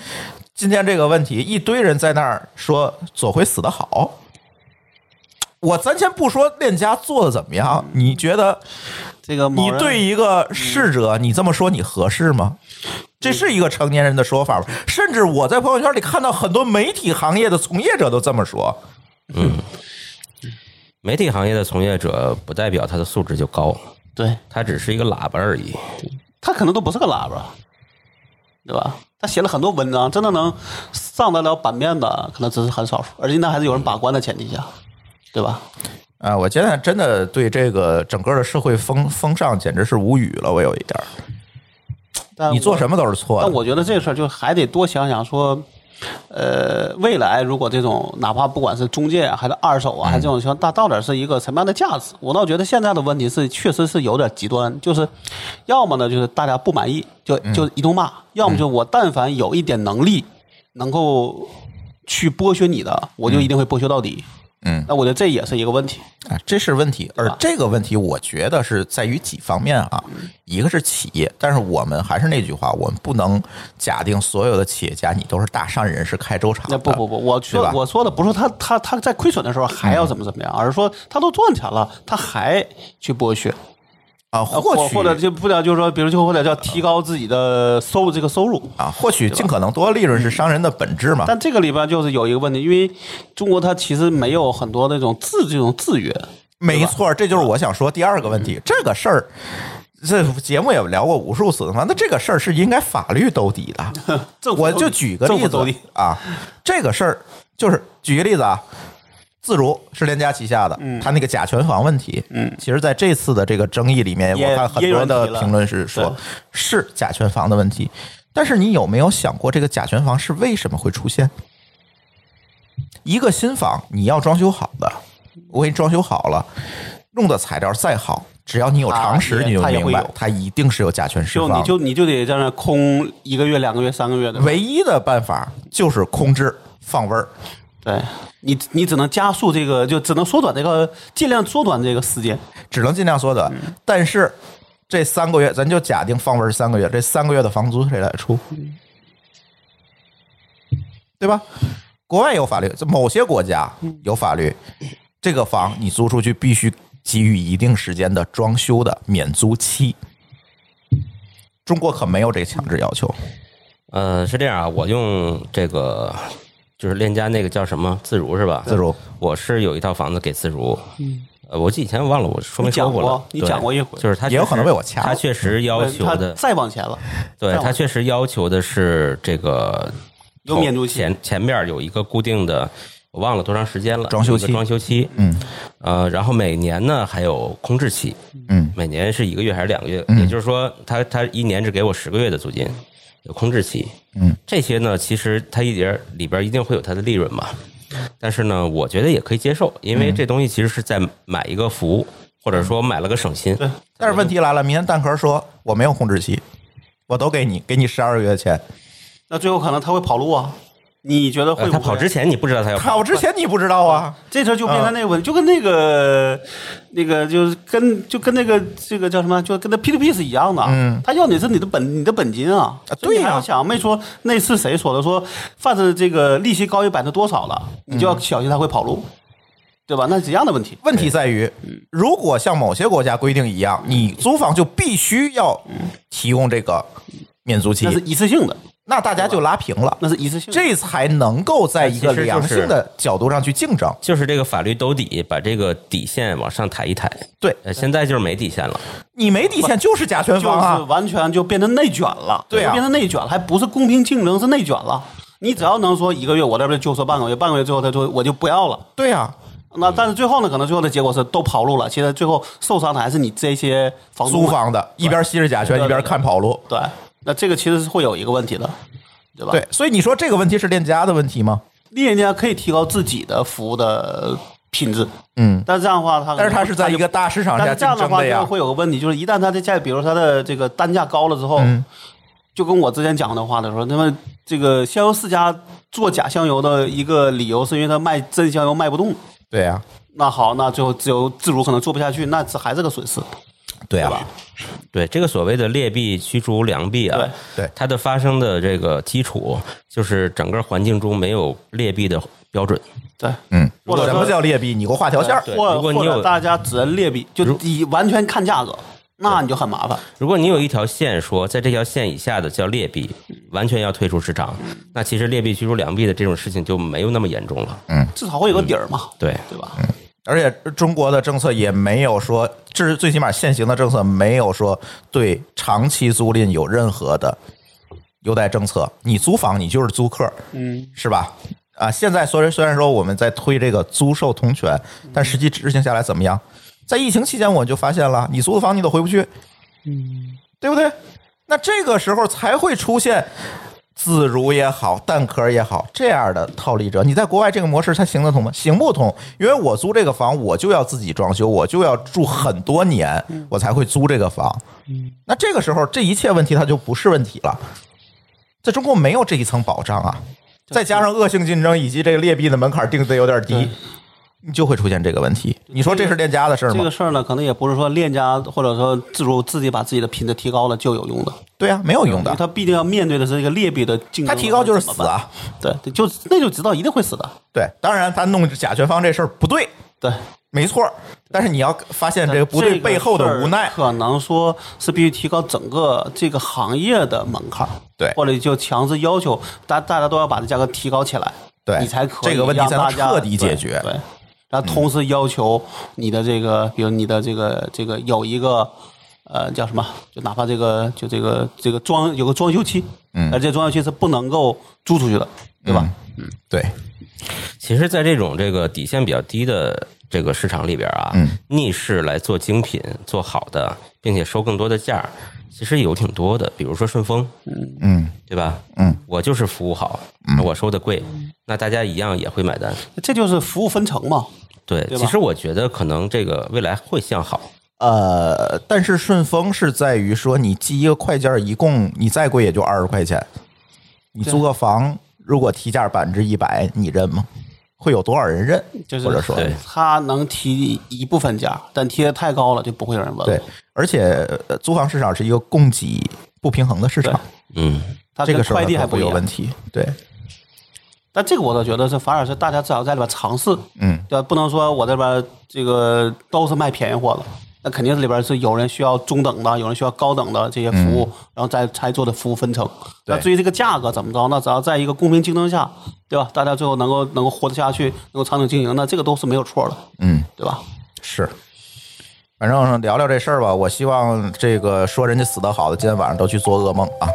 A: 今天这个问题，一堆人在那儿说左晖死得好。我咱先不说链家做的怎么样，你觉得
C: 这个某
A: 你
C: 人
A: 对一个逝者，你这么说你合适吗？这是一个成年人的说法吗？甚至我在朋友圈里看到很多媒体行业的从业者都这么说。
B: 媒体行业的从业者不代表他的素质就高，
C: 对
B: 他只是一个喇叭而已。
C: 他可能都不是个喇叭，对吧？他写了很多文章，真的能上得了版面的，可能只是很少数，而且那还是有人把关的前提下，对吧？
A: 啊，我现在真的对这个整个的社会风风尚简直是无语了，我有一点儿。
C: 但
A: 你做
C: 呃我
A: 什么都是错
C: 但
A: 的。
C: 我觉得这事儿就还得多想想说，呃，未来如果这种哪怕不管是中介啊，还是二手啊，还是
A: 嗯
C: 这种情况，它到底是一个什么样的价值？我倒觉得现在的问题是，确实是有点极端，就是要么呢就是大家不满意，就
A: 嗯
C: 就一通骂；要么就我但凡有一点能力，能够去剥削你的，我就一定会剥削到底。
A: 嗯
C: 那我觉得这也是一个问题。
A: 啊，这是问题，而
C: 吧
A: 这个问题我觉得是在于几方面啊，
C: 嗯
A: 一个是企业，但是我们还是那句话，我们不能假定所有的企业家你都是大善人，是开粥厂的。
C: 那不不不，我
A: 对
C: 说
A: 吧嗯
C: 我说的不是他他他在亏损的时候还要怎么怎么样，而是说他都赚钱了，他还去剥削，
A: 啊，
C: 呃
A: 获
C: 或
A: 取
C: 或者就不了就是说，比如就或者叫提高自己的收入这个收入。
A: 啊，获取尽可能多利润是商人的本质嘛。
C: 但这个里边就是有一个问题，因为中国它其实没有很多那种制这种制约，
A: 没错，这
C: 嗯
A: 就是我想说第二个问题。这个事儿，这节目也聊过无数次。那这个事儿是应该法律兜底的。
C: [laughs] 政府
A: 我就举个
C: 政
A: 例
C: 府兜
A: 子
C: 底
A: 啊，这个事儿就是举个例子啊，自如是链家旗下的，
C: 嗯
A: 他那个甲醛房问题，嗯，其实在这次的这个争议里面，
C: 也
A: 我看很多
C: 也有
A: 的
C: 人提了
A: 评论是
C: 对
A: 说是甲醛房的问题，但是你有没有想过这个甲醛房是为什么会出现？一个新房你要装修好的，我给你装修好了，用的材料再好，只要你有
C: 啊
A: 常识，
C: 也
A: 你就
C: 它也
A: 明
C: 会
A: 白
C: 有，
A: 它一定是有甲醛释
C: 就
A: 放的。
C: 你就你就得在那空一个月、两个月、三个月的，
A: 唯一的办法就是空置放味儿。
C: 对你你只能加速这个，就只能缩短这个，尽量缩短这个时间。
A: 只能尽量缩短。但是这三个月，咱就假定放味儿三个月，这三个月的房租谁来出？对吧？国外有法律，这某些国家有法律，这个房你租出去必须给予一定时间的装修的免租期。中国可没有这个强制要求。
B: 呃，是这样啊，我用这个就是链家那个叫什么自如是吧？
A: 自如，
B: 我是有一套房子给自如。嗯，呃，我记得以前忘了我说没
C: 你讲
B: 说了
C: 过，你
B: 对
C: 讲过一回
B: 就是他
A: 也有可能被我掐
B: 掐，
A: 了
B: 他确实要求
C: 他
B: 的，
C: 再往前了，
B: 对
C: 再往
B: 他确实要求的是这个
C: 有
B: 头
C: 免租期
B: 前前面有一个固定的。我忘了多长时间了，
A: 装修
B: 有一个
A: 期
B: 装修期，嗯，呃，然后每年呢还有空置期，
A: 嗯，
B: 每年是一个月还是两个月？也就是说他，他一年只给我十个月的租金，有空置期。
A: 嗯，
B: 这些呢，其实它一点里边一定会有它的利润嘛。但是呢，我觉得也可以接受，因
A: 嗯
B: 为这东西其实是在买一个服务，或者说买了个省心。
A: 但是问题来了，明天蛋壳说我没有控制期，我都给你，给你十二个月的钱。
C: 那最后可能他会跑路啊。你觉得会
B: 呃
C: 不
B: 他
C: 会？
B: 跑之前你不知道他要
A: 好，
B: 跑，
A: 之前你不知道啊。
C: 这事儿就变成那个问题，就跟那个那个就是跟就跟那个这个叫什么，就跟那 P to P 是一样的。嗯，他要你是你的本你的本金啊。
A: 啊
C: 所以
A: 对
C: 你
A: 呀
C: 还要想没说那次谁说的说，凡是这个利息高于百分之多少了，你就要小心他会跑路，对吧？那是一样的问题。
A: 嗯问题在于，
C: 嗯
A: 如果像某些国家规定一样，你租房就必须要提供这个免租期
C: 那，是一次性的，
A: 那大家就拉平了，
C: 那是一次性的。
A: 这才能够在一个良性的角度上去竞争。
B: 就是这个法律兜底，把这个底线往上抬一抬。
A: 对
B: 呃，现在就是没底线了。
A: 你没底线就是甲醛
C: 就
A: 房
C: 是
A: 啊，
C: 完全就变成内卷了，
A: 对啊
C: 就变成内卷了，还不是公平竞争，是内卷了。你只要能说一个月，我这边就说半个月，半个月最后他说我就不要了，
A: 对呀、啊
C: 那但是最后呢，可能最后的结果是都跑路了。其实最后受伤的还是你这些房租
A: 租房的一边吸着甲醛，
C: 哦对
A: 一边看跑路。
C: 对，那这个其实是会有一个问题的，对吧？
A: 对，，所以你说这个问题是链家的问题吗？
C: 猎人家可以提高自己的服务的品质，
A: 嗯，
C: 但是这样的话，他
A: 但是它是在一个大市场
C: 但
A: 下
C: 是这
A: 竞
C: 样的
A: 争
C: 话，就
A: 呀。
C: 会有个问题，就是一旦它的价，比如它的这个单价高了之后，
A: 嗯
C: 就跟我之前讲的话的时候，那么这个香油世家做假香油的一个理由是因为它卖真香油卖不动。
A: 对啊呀，
C: 那好，那最后自由自如可能做不下去，那这还是个损失，
A: 对啊
C: 对
A: 呀，
C: 吧？
B: 对这个所谓的劣币驱逐良币啊，
A: 对对
B: 它的发生的这个基础就是整个环境中没有劣币的标准。
C: 对，
A: 嗯，
C: 或者说
A: 什么叫劣币？你给我画条线儿。
B: 对
C: 或
B: 如果你
C: 或者
B: 有
C: 大家只劣币，就以完全看价格，那你就很麻烦。
B: 如果你有一条线说，在这条线以下的叫劣币，完全要退出市场，那其实劣币驱逐良币的这种事情就没有那么严重了。
C: 至少会有个底儿嘛，
B: 对，
C: 对吧？
A: 而且中国的政策也没有说，至最起码现行的政策没有说对长期租赁有任何的优待政策。你租房，你就是租客，嗯，是吧？啊，现在虽然虽然说我们在推这个租售同权，但实际执行下来怎么样？在疫情期间，我就发现了，你租的房你都回不去，嗯，对不对？那这个时候才会出现自如也好，蛋壳也好，这样的套利者，你在国外这个模式它行得通吗？行不通，因为我租这个房，我就要自己装修，我就要住很多年，我才会租这个房。那这个时候，这一切问题它就不是问题了。在中国没有这一层保障啊，再加上恶性竞争以及这个劣币的门槛定的有点低，你就会出现这个问题。你说这是链家的事儿
C: 这个
A: 吗？
C: 事儿呢，可能也不是说链家或者说自如自己把自己的品质提高了就有用的，
A: 对啊，没有用
C: 因为
A: 的。
C: 他必定要面对的是一个劣币的竞争。
A: 他提高就是死
C: 怎么办！
A: 啊，
C: 对，就那就知道一定会死的。
A: 对。当然，他弄甲醛方这事儿不对，
C: 对，
A: 没错儿，但是你要发 [laughs] 现这个不对
C: 这个
A: 背后的无奈
C: 事儿，可能说是必须提高整个这个行业的门槛儿，
A: 对
C: 或者就强制要求大大家都要把这价格提高起来，
A: 对
C: 你才可以
A: 这个问题才能
C: 让大家
A: 彻底解决嗯
C: 对，对然后同时要求你的这个，比如你的这个这个有一个。呃，叫什么？就哪怕这个，就这个这个装有个装修期，嗯，而这装修期是不能够租出去的，对吧？
A: 对，
B: 其实，在这种这个底线比较低的这个市场里边啊，
A: 嗯
B: 逆势来做精品、做好的，并且收更多的价儿，其实有挺多的。比如说顺丰，
A: 嗯，
B: 对吧？
A: 嗯，
B: 我就是服务好，我收的贵，
C: 嗯
B: 那大家一样也会买单。
C: 这就是服务分成嘛，
B: 对，
C: 对吧
B: 其实我觉得可能这个未来会向好。
A: 呃，但是顺丰是在于说，你寄一个快件儿，一共你再贵也就二十块钱，你租个房如果提价百分之一百，你认吗？会有多少人认？
C: 就是
A: 或者说
B: 对
C: 他能提一部分价，但提的太高了就不会有人问了。
A: 对，而且呃租房市场是一个供给不平衡的市场，
B: 嗯，
C: 它
A: 这
C: 跟
A: 个时候
C: 快递
A: 它
C: 还
A: 会
C: 不一
A: 有
C: 样
A: 问。题。对，
C: 但这个我倒觉得是，反而是大家至少在里边尝试，
A: 嗯，
C: 对吧？不能说我这边这个都是卖便宜货的，那肯定是里边是有人需要中等的，有人需要高等的这些服务，然后再才做的服务分成。
A: 嗯对
C: 那至于这个价格怎么着，那只要在一个公平竞争下，对吧？大家最后能够能够活得下去，能够长久经营，那这个都是没有错的，
A: 嗯，
C: 对吧？
A: 是。反正聊聊这事儿吧，我希望这个说人家死得好的，今天晚上都去做噩梦啊。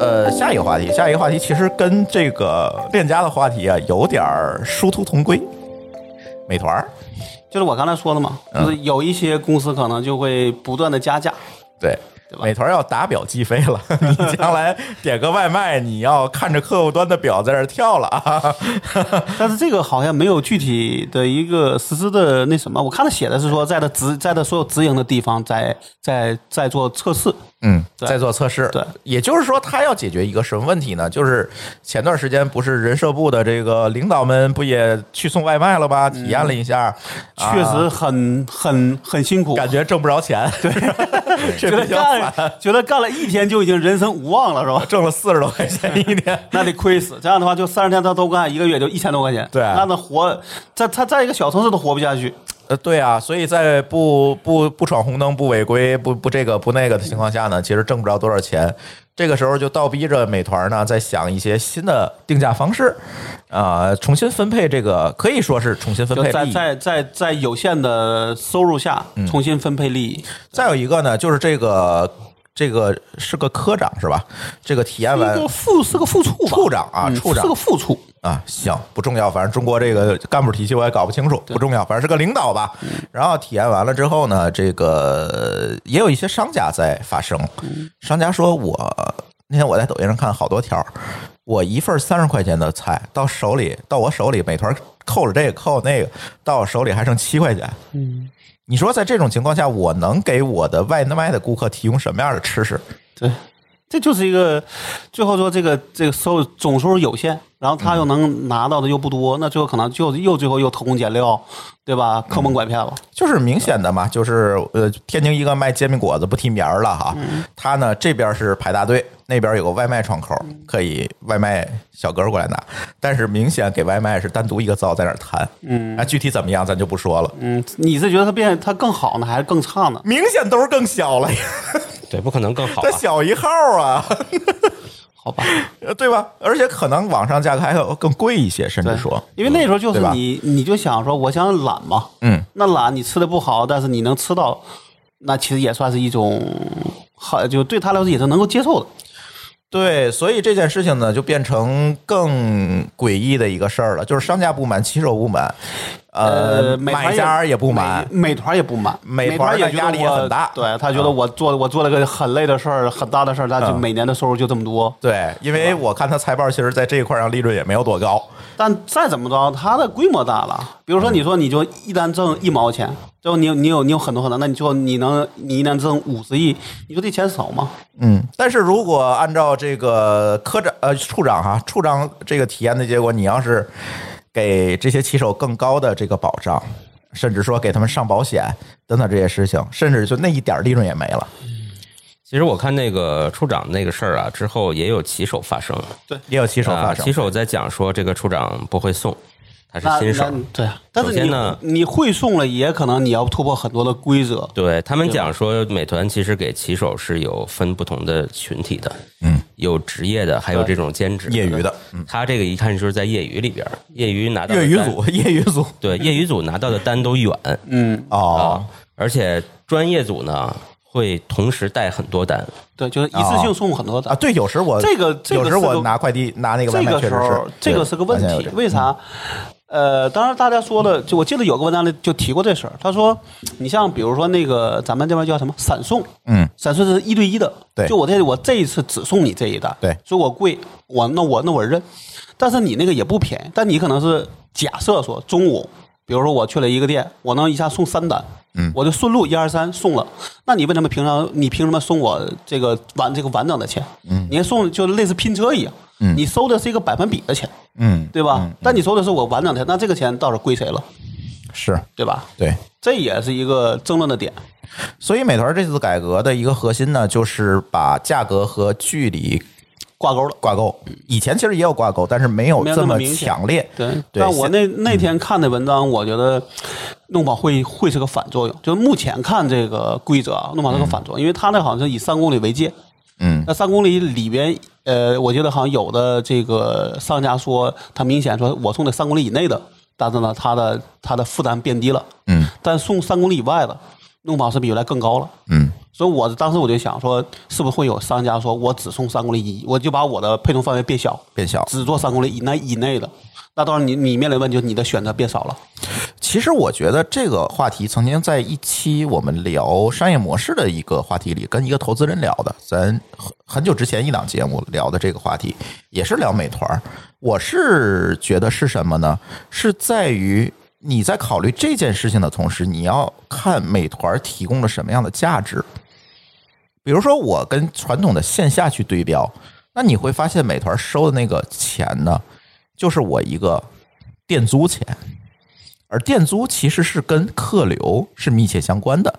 A: 呃，下一个话题，下一个话题其实跟这个链家的话题啊有点儿殊途同归。美团儿，
C: 就是我刚才说的嘛，
A: 嗯
C: 就是有一些公司可能就会不断的加价，
A: 对，
C: 对吧
A: 美团要打表计费了， [laughs] 你将来点个外卖，你要看着客户端的表在这儿跳了啊。
C: 但是这个好像没有具体的一个实施的那什么，我看他写的是说，在他直在他所有直营的地方在在在做测试，
A: 嗯，
C: 对
A: 在做测试。
C: 对，
A: 也就是说，他要解决一个什么问题呢？就是前段时间不是人社部的这个领导们不也去送外卖了吗？体验了一下，啊
C: 确实很、很很辛苦，
A: 感觉挣不着钱， [laughs] 对，这
C: 觉得
A: 比较惨，
C: 干 [laughs] 觉得干了一天就已经人生无望了，是
A: [laughs]
C: 吧？
A: 挣了四十多块 [laughs] 钱一天。
C: 那得亏死，这样的话就三十天他都干，一个月就一千多块钱，
A: 对啊
C: 那他活在他在一个小城市都活不下去，
A: 呃，对啊，所以在不不不闯红灯、不违规、不不这个不那个的情况下呢，其实挣不着多少钱。这个时候就倒逼着美团呢，在想一些新的定价方式，啊、重新分配这个可以说是重新分
C: 就
A: 配
C: 在
A: 利益。嗯
C: 在在在有限的收入下重新分配利益，
A: 再有一个呢，就是这个这个是个科长是吧？这个体验
C: 是
A: 完
C: 一个副是个副处吧
A: 处长啊
C: 嗯
A: 处长
C: 是个副处，
A: 啊，行，不重要，反正中国这个干部体系我也搞不清楚，不重要，反正是个领导吧。
C: 嗯
A: 然后体验完了之后呢，这个也有一些商家在发声，
C: 嗯
A: 商家说我那天我在抖音上看好多条儿，我一份三十块钱的菜到手里，到我手里美团扣了这个扣了那个，到我手里还剩七块钱。嗯，你说在这种情况下，我能给我的外卖的顾客提供什么样的吃食？
C: 对，这就是一个最后说这个这个收入总收入有限，然后
A: 嗯
C: 他又能拿到的又不多，那最后可能就又最后又偷工减料，对吧？坑蒙拐骗了，
A: 就是明显的嘛，就是呃，天津一个卖煎饼果子不提名儿了哈，
C: 嗯
A: 他呢这边是排大队，那边有个外卖窗口，
C: 嗯
A: 可以外卖小哥过来拿，但是明显给外卖是单独一个灶在那儿摊，嗯，啊，具体怎么样咱就不说了，
C: 嗯，你是觉得他变他更好呢，还是更差呢？
A: 明显都是更小了呀，
B: 对，不可能更好、啊
A: 它。小一号啊，
C: 好吧，
A: [laughs] 对吧？而且可能网上价格还要更贵一些，甚至
C: 对，
A: 说，
C: 因为那时候就
A: 对
C: 是
A: 吧
C: 你你就想说，我想懒嘛，
A: 嗯，
C: 那懒你吃的不好，但是你能吃到，那其实也算是一种好，就对他来说也是能够接受的。
A: 对，所以这件事情呢，就变成更诡异的一个事儿了，就是商家不满，骑手不满，呃，
C: 美团
A: 买家也不满，
C: 美美团也不满，
A: 美
C: 美
A: 团
C: 团
A: 的
C: 也觉得
A: 压力也
C: 我
A: 很大啊
C: 对他觉得我做我做了个很累的事儿，很大的事儿，他就
A: 嗯
C: 每年的收入就这么多。
A: 对，因为我看他财报，其实在这一块上利润也没有多高。
C: 但再怎么着，它的规模大了。比如
A: 嗯
C: 说，你说你就一单挣一毛钱，最后你有你有你有很多很多，那你最后你能你一单挣五十亿，你说这钱少吗？
A: 嗯，但是如果按照这个科长呃处长哈、处长这个体验的结果，你要是给这些骑手更高的这个保障，甚至说给他们上保险等等这些事情，甚至就那一点利润也没了，
B: 其实我看那个处长那个事儿啊，之后也有骑手发声，
A: 也有骑手发
B: 啊，
A: 生。
B: 骑手在讲说这个处长不会送，他是
C: 那
B: 新手
C: 那。对啊，但是
B: 首先
C: 你
B: 呢
C: 你会送了，也可能你要突破很多的规则。
B: 对他们讲说，美团其实给骑手是有分不同的群体的，
A: 嗯，
B: 有职业的，还有这种兼职、
A: 业余的。嗯
B: 他这个一看就是在业余里边儿，业余拿到的
A: 业余
B: 单
A: 组，业余组
B: 对业余组拿到的单都远
C: 嗯，
A: 哦，
B: 啊，而且专业组呢会同时带很多单，
C: 对，就是一次性送很多的。
A: 啊，对，有时我
C: 这个这个
A: 有时
C: 是个
A: 我拿快递拿那个外
C: 这
A: 卖
C: 个
A: 确实
C: 时候
A: 是，
C: 这个是个问
A: 对发现
C: 题
A: 有，这嗯
C: 为啥？呃，当然大家说了，就我记得有个文章里就提过这事儿，他说，你像比如说那个咱们这边叫什么闪送，
A: 嗯，
C: 闪送是一对一的，
A: 对
C: 就我这我这一次只送你这一单，
A: 对
C: 所以我贵，我那我那我认，但是你那个也不便宜，但你可能是假设说中午。比如说我去了一个店，我能一下送三单，嗯，我就顺路一二三送了。那你为什么平常你凭什么送我这个完这个完整的钱？嗯，你还送就类似拼车一样，嗯，你收的是一个百分比的钱，
A: 嗯，
C: 对吧？但你收的是我完整的，那这个钱倒是归谁了，
A: 是
C: 对吧？
A: 对。
C: 这也是一个争论的点。
A: 所以美团这次改革的一个核心呢，就是把价格和距离
C: 挂钩了。
A: 挂钩。以前其实也有挂钩，但是没有
C: 没有
A: 这
C: 那么
A: 么
C: 明显
A: 强烈。
C: 对，
A: 对
C: 但我
A: 现嗯
C: 那那天看的文章，我觉得弄不好会会是个反作用。就是目前看这个规则啊，弄不好是个反作用，因为他那好像是以三公里为界，
A: 嗯，
C: 那三公里里边，呃，我觉得好像有的这个商家说，他明显说我送的三公里以内的，但是呢，他的他的负担变低了，
A: 嗯，
C: 但送三公里以外的，弄不好是比原来更高了。
A: 嗯，
C: 所以我当时我就想说，是不是会有商家说我只送三公里以，我就把我的配送范围变小，
A: 变小。
C: 只做三公里以内以内的。那到时候你你面临问题，就是你的选择变少了。
A: 其实我觉得这个话题曾经在一期我们聊商业模式的一个话题里，跟一个投资人聊的，咱很很久之前一档节目聊的这个话题，也是聊美团儿。我是觉得是什么呢？是在于你在考虑这件事情的同时，你要看美团儿提供了什么样的价值。比如说，我跟传统的线下去对标，那你会发现美团收的那个钱呢，就是我一个店租钱，而店租其实是跟客流是密切相关的，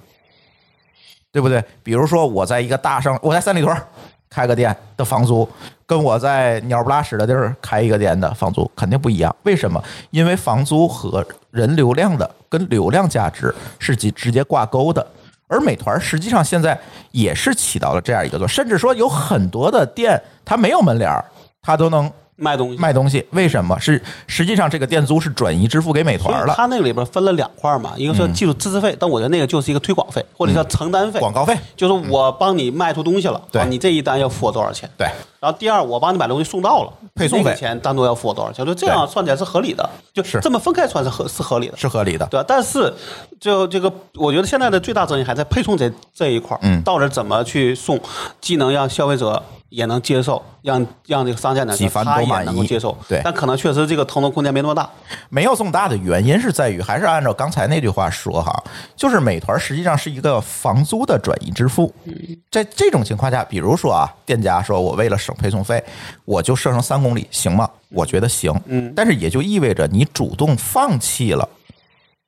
A: 对不对？比如说，我在一个大商，我在三里屯儿开个店的房租，跟我在鸟不拉屎的地儿开一个店的房租肯定不一样。为什么？因为房租和人流量的跟流量价值是直直接挂钩的。而美团实际上现在也是起到了这样一个作用，甚至说有很多的店它没有门脸儿，它都能
C: 卖东西。
A: 卖东西，为什么？是实际上这个店租是转移支付给美
C: 所以
A: 团了，嗯
C: 它那个里边分了两块嘛，一个是技术知识费，但我觉得那个就是一个推广费，或者叫承担费。
A: 广告费。
C: 就是我帮你卖出东西了，
A: 对
C: 啊你这一单要付我多少钱？
A: 对，
C: 然后第二，我帮你把东西送到了，
A: 配送费
C: 那个钱单独要付我多少钱？就这样
A: 对
C: 算起来是合理的，就是这么分开算是合是合理的。
A: 是合理的。
C: 对吧，但是就这个，我觉得现在的最大争议还在配送这这一块儿
A: 嗯
C: 到底怎么去送，既能让消费者也能接受，让让这个商家呢，
A: 几番
C: 他
A: 都
C: 也
A: 满
C: 能够
A: 意
C: 接受。
A: 对
C: 但可能确实这个腾挪空间没那么大。
A: 没有送达的原因是在于，还是按照刚才那句话说哈，就是美团实际上是一个房租的转移支付。
C: 嗯
A: 在这种情况下，比如说啊，店家说我为了省配送费，我就设成三公里，行吗？我觉得行。嗯，但是也就意味着你主动放弃了。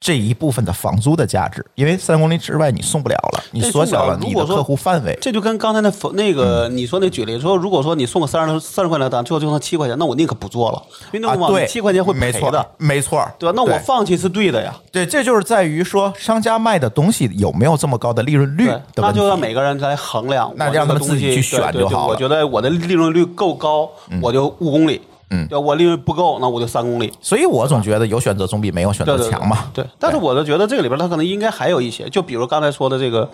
A: 这一部分的房租的价值，因为三公里之外你送不了了，你缩小了你
C: 如果
A: 的
C: 说
A: 客户范围。
C: 这就跟刚才那佛那个
A: 嗯
C: 你说那举例说，如果说你送个三十三十块钱的单，最后就剩七块钱，那我宁可不做了，因为那
A: 啊，
C: 我
A: 对，
C: 七块钱会
A: 没
C: 赔
A: 错
C: 的，，
A: 没错，
C: 对吧？那我放弃是对的呀，
A: 对，这就是在于说商家卖的东西有没有这么高的利润率的
C: 对
A: 问，题。
C: 那就让每个人来衡量，
A: 那
C: 我
A: 让
C: 这
A: 他
C: 个
A: 们自己
C: 东西
A: 去选
C: 对
A: 就
C: 对
A: 好
C: 对我
A: 了
C: 觉得我的利润率够高，我就五公里。
A: 嗯
C: 对，我利润不够，那我就三公里。
A: 所以我总觉得有选择总比没有选
C: 对
A: 择
C: 对对
A: 强嘛。
C: 对，但是我就觉得这个里边它可能应该还有一些，就比如刚才说的这个，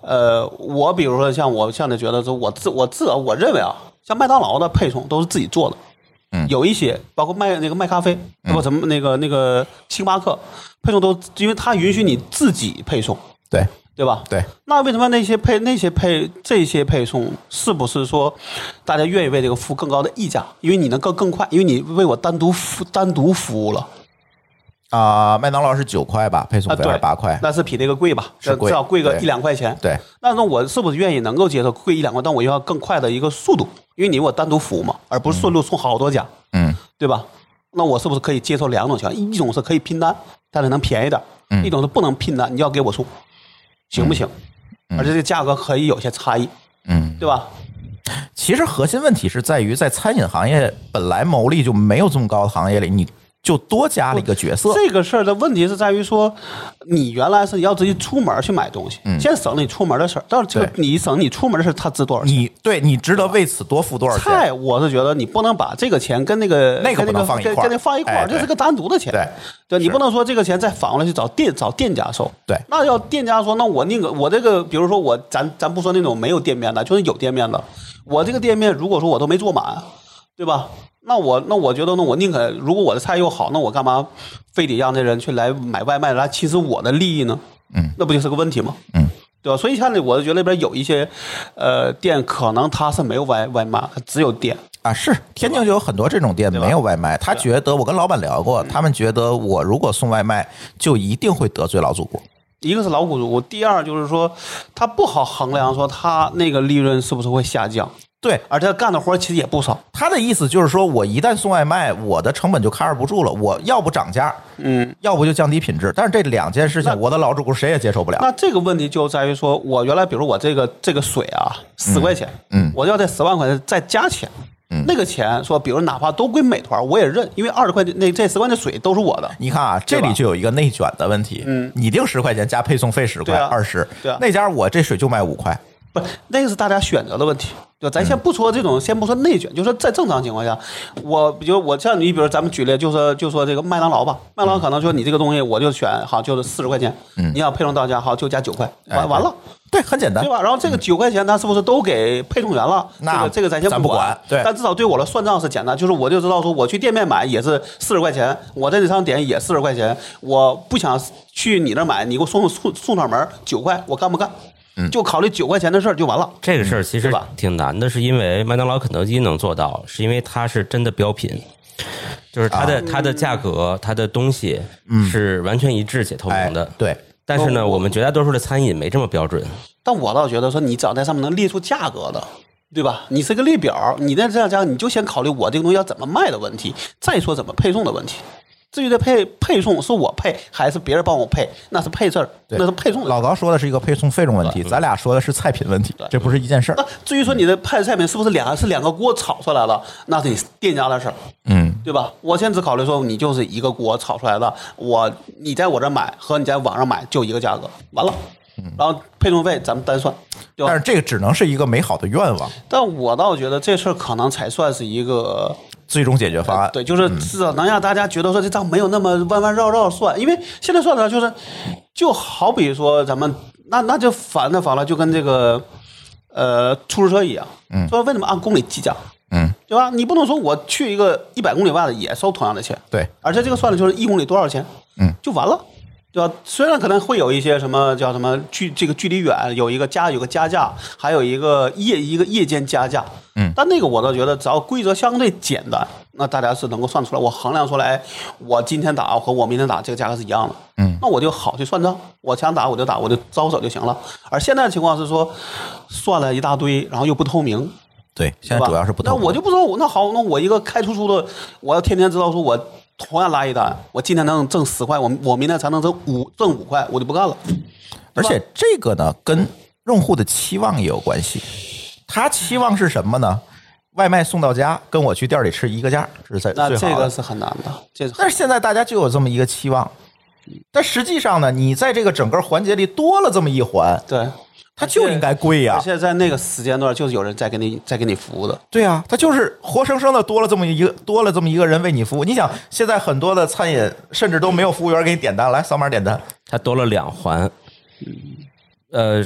C: 呃，我比如说像我像你觉得说，我自我自我认为啊，像麦当劳的配送都是自己做的。
A: 嗯
C: 有一些包括卖那个卖咖啡，不什么那个那个星巴克配送都，因为它允许你自己配送，
A: 对
C: 对吧？
A: 对
C: 那为什么那些配那些配这些配送是不是说大家愿意为这个付更高的溢价？因为你能更更快，因为你为我单独服单独服务了
A: 啊、麦当劳是九块吧，配送
C: 啊，
A: 费
C: 对
A: 二十，八块。
C: 那是比那个贵吧？
A: 是贵
C: 至少贵个
A: 对
C: 一两块钱。
A: 对，
C: 那那我是不是愿意能够接受贵一两块，但我又要更快的一个速度？因为你我单独服务嘛，而不是顺路送好多家，
A: 嗯，
C: 对吧？那我是不是可以接受两种情况？一种是可以拼单，但是能便宜点儿；
A: 嗯
C: 一种是不能拼单，你要给我送，行不行？而且这个价格可以有些差异，
A: 嗯，
C: 对吧？
A: 其实核心问题是在于，在餐饮行业本来牟利就没有这么高的行业里，你就多加了一个角色。
C: 这个事儿的问题是在于说，你原来是你要自己出门去买东西，现在省了你出门的事儿，但是这个
A: 嗯对
C: 你省你出门的事儿，它值多少钱？
A: 你对你值得为此多付多少钱？
C: 菜，我是觉得你不能把这个钱跟那个
A: 那个不
C: 跟
A: 能放一块儿
C: 跟跟那放一块
A: 哎
C: 儿，
A: 对
C: 这是个单独的钱。
A: 对
C: 对，你
A: 是
C: 不能说这个钱再反过来去找店找店家收。
A: 对
C: 那要店家说，那我宁可我这个，比如说我咱咱不说那种没有店面的，就是有店面的，我这个店面如果说我都没坐满，对吧？那我那我觉得，那我宁可如果我的菜又好，那我干嘛非得让这人去来买外卖来侵蚀我的利益呢？
A: 嗯，
C: 那不就是个问题吗？
A: 嗯，
C: 对吧？所以像那我就觉得那边有一些，呃，店可能它是没有外外卖，它只有店。
A: 啊，是天津就有很多这种店
C: 对吧嗯
A: 没有外卖，他觉得我跟老板聊过，他们觉得我如果送外卖，就一定会得罪老祖国。
C: 一个是老股主，第二就是说，他不好衡量说他那个利润是不是会下降，
A: 对，
C: 而且他干的活儿其实也不少。
A: 他的意思就是说，我一旦送外卖，我的成本就 cover 不住了，我要不涨价，
C: 嗯，
A: 要不就降低品质。但是这两件事情
C: 那，
A: 我的老主顾谁也接受不了。
C: 那这个问题就在于说，我原来比如我这个这个水啊，十块钱，
A: 嗯
C: 我要在十万块钱再加钱，嗯，那个钱说，比如哪怕都归美团，我也认，因为二十块钱那这十块钱水都是我的，
A: 你看啊，这
C: 对吧
A: 里就有一个内卷的问题。嗯，你定十块钱加配送费十块，
C: 对啊
A: 二十、
C: 对啊
A: 那家我这水就卖五块。
C: 不，那个是大家选择的问题。就咱先
A: 嗯
C: 不说这种，先不说内卷，就说在正常情况下，我比如我像你，比如咱们举例，就说就说这个麦当劳吧，麦
A: 嗯
C: 当劳可能说你这个东西我就选好就是四十块钱，你要配送到家好就加九块，
A: 哎
C: 完完了，
A: 对，很简单
C: 对。吧？然后这个九块钱它是不是都给配送员了？
A: 那
C: 这个这个咱先
A: 咱不
C: 管
A: 管，对
C: 但至少对我的算账是简单，就是我就知道说我去店面买也是四十块钱，我在这商点也四十块钱，我不想去你那儿买，你给我送送送上门九块，我干不干？
A: 嗯
C: 就考虑九块钱的事儿就完了。
B: 这个事儿其
C: 嗯对
B: 实
C: 吧
B: 挺难的，是因为麦当劳、肯德基能做到，是因为它是真的标品，就是它
C: 嗯
B: 的它的价格、它的东西
A: 嗯
B: 是完全一致且透
A: 哎
B: 明的，。
A: 对，
B: 但是呢，
C: 我
B: 我们绝大多数的餐饮没这么标准，
C: 但我倒觉得说，你只要在上面能列出价格的，对吧？你是个列表，你在这样加，你就先考虑我这个东西要怎么卖的问题，再说怎么配送的问题。至于这配配送是我配还是别人帮我配，那是配事儿，
A: 对
C: 那是配送的事儿。
A: 老高说的是一个配送费用问题，咱俩说的是菜品问题，这不是一件事儿
C: 那。呃至于说你的配菜品是不是两是两个锅炒出来了，那是你店家的事儿，
A: 嗯，
C: 对吧？我现在只考虑说，你就是一个锅炒出来的，我你在我这儿买和你在网上买就一个价格，完了。
A: 嗯
C: 然后配送费咱们单算，对吧
A: 但是？这个只能是一个美好的愿望。
C: 但我倒觉得这事儿可能才算是一个
A: 最终解决方案。嗯
C: 对，就是至少能让大家觉得说这账没有那么弯弯绕绕算，因为现在算的就是，就好比说咱们那那就反着反了，就跟这个呃出租车一样，嗯，说为什么按公里计价，
A: 嗯，
C: 对吧？你不能说我去一个一百公里外的也收同样的钱，
A: 对，
C: 而且这个算的就是一公里多少钱，
A: 嗯，
C: 就完了。对吧？虽然可能会有一些什么叫什么距这个距离远，有一个加有个加价，还有一个夜一个夜间加价，
A: 嗯
C: 但那个我倒觉得只要规则相对简单，那大家是能够算出来，我衡量出来，我今天打和我明天打这个价格是一样的，
A: 嗯，
C: 那我就好去算账，我想打我就打，我就招手就行了。而现在的情况是说，算了一大堆，然后又不透明，
A: 对，
C: 对
A: 现在
C: 吧
A: 主要是不透明
C: 那我就不知道我那好，那我一个开出租的，我要天天知道说我同样拉一单，我今天能挣十块，我我明天才能挣五挣五块，我就不干了。
A: 而且这个呢，跟用户的期望也有关系。他期望是什么呢？外卖送到家，跟我去店里吃一个价是最
C: 那
A: 最
C: 这
A: 好
C: 个
A: 的。
C: 是很难的，这是很
A: 但是现在大家就有这么一个期望，但实际上呢，你在这个整个环节里多了这么一环，
C: 对。
A: 它就应该贵呀、
C: 而且在那个时间段，就是有人在给你在给你服务的，
A: 对呀、他就是活生生的多了这么一个多了这么一个人为你服务。你想，现在很多的餐饮甚至都没有服务员给你点单，来扫码点单，
B: 它多了两环，呃，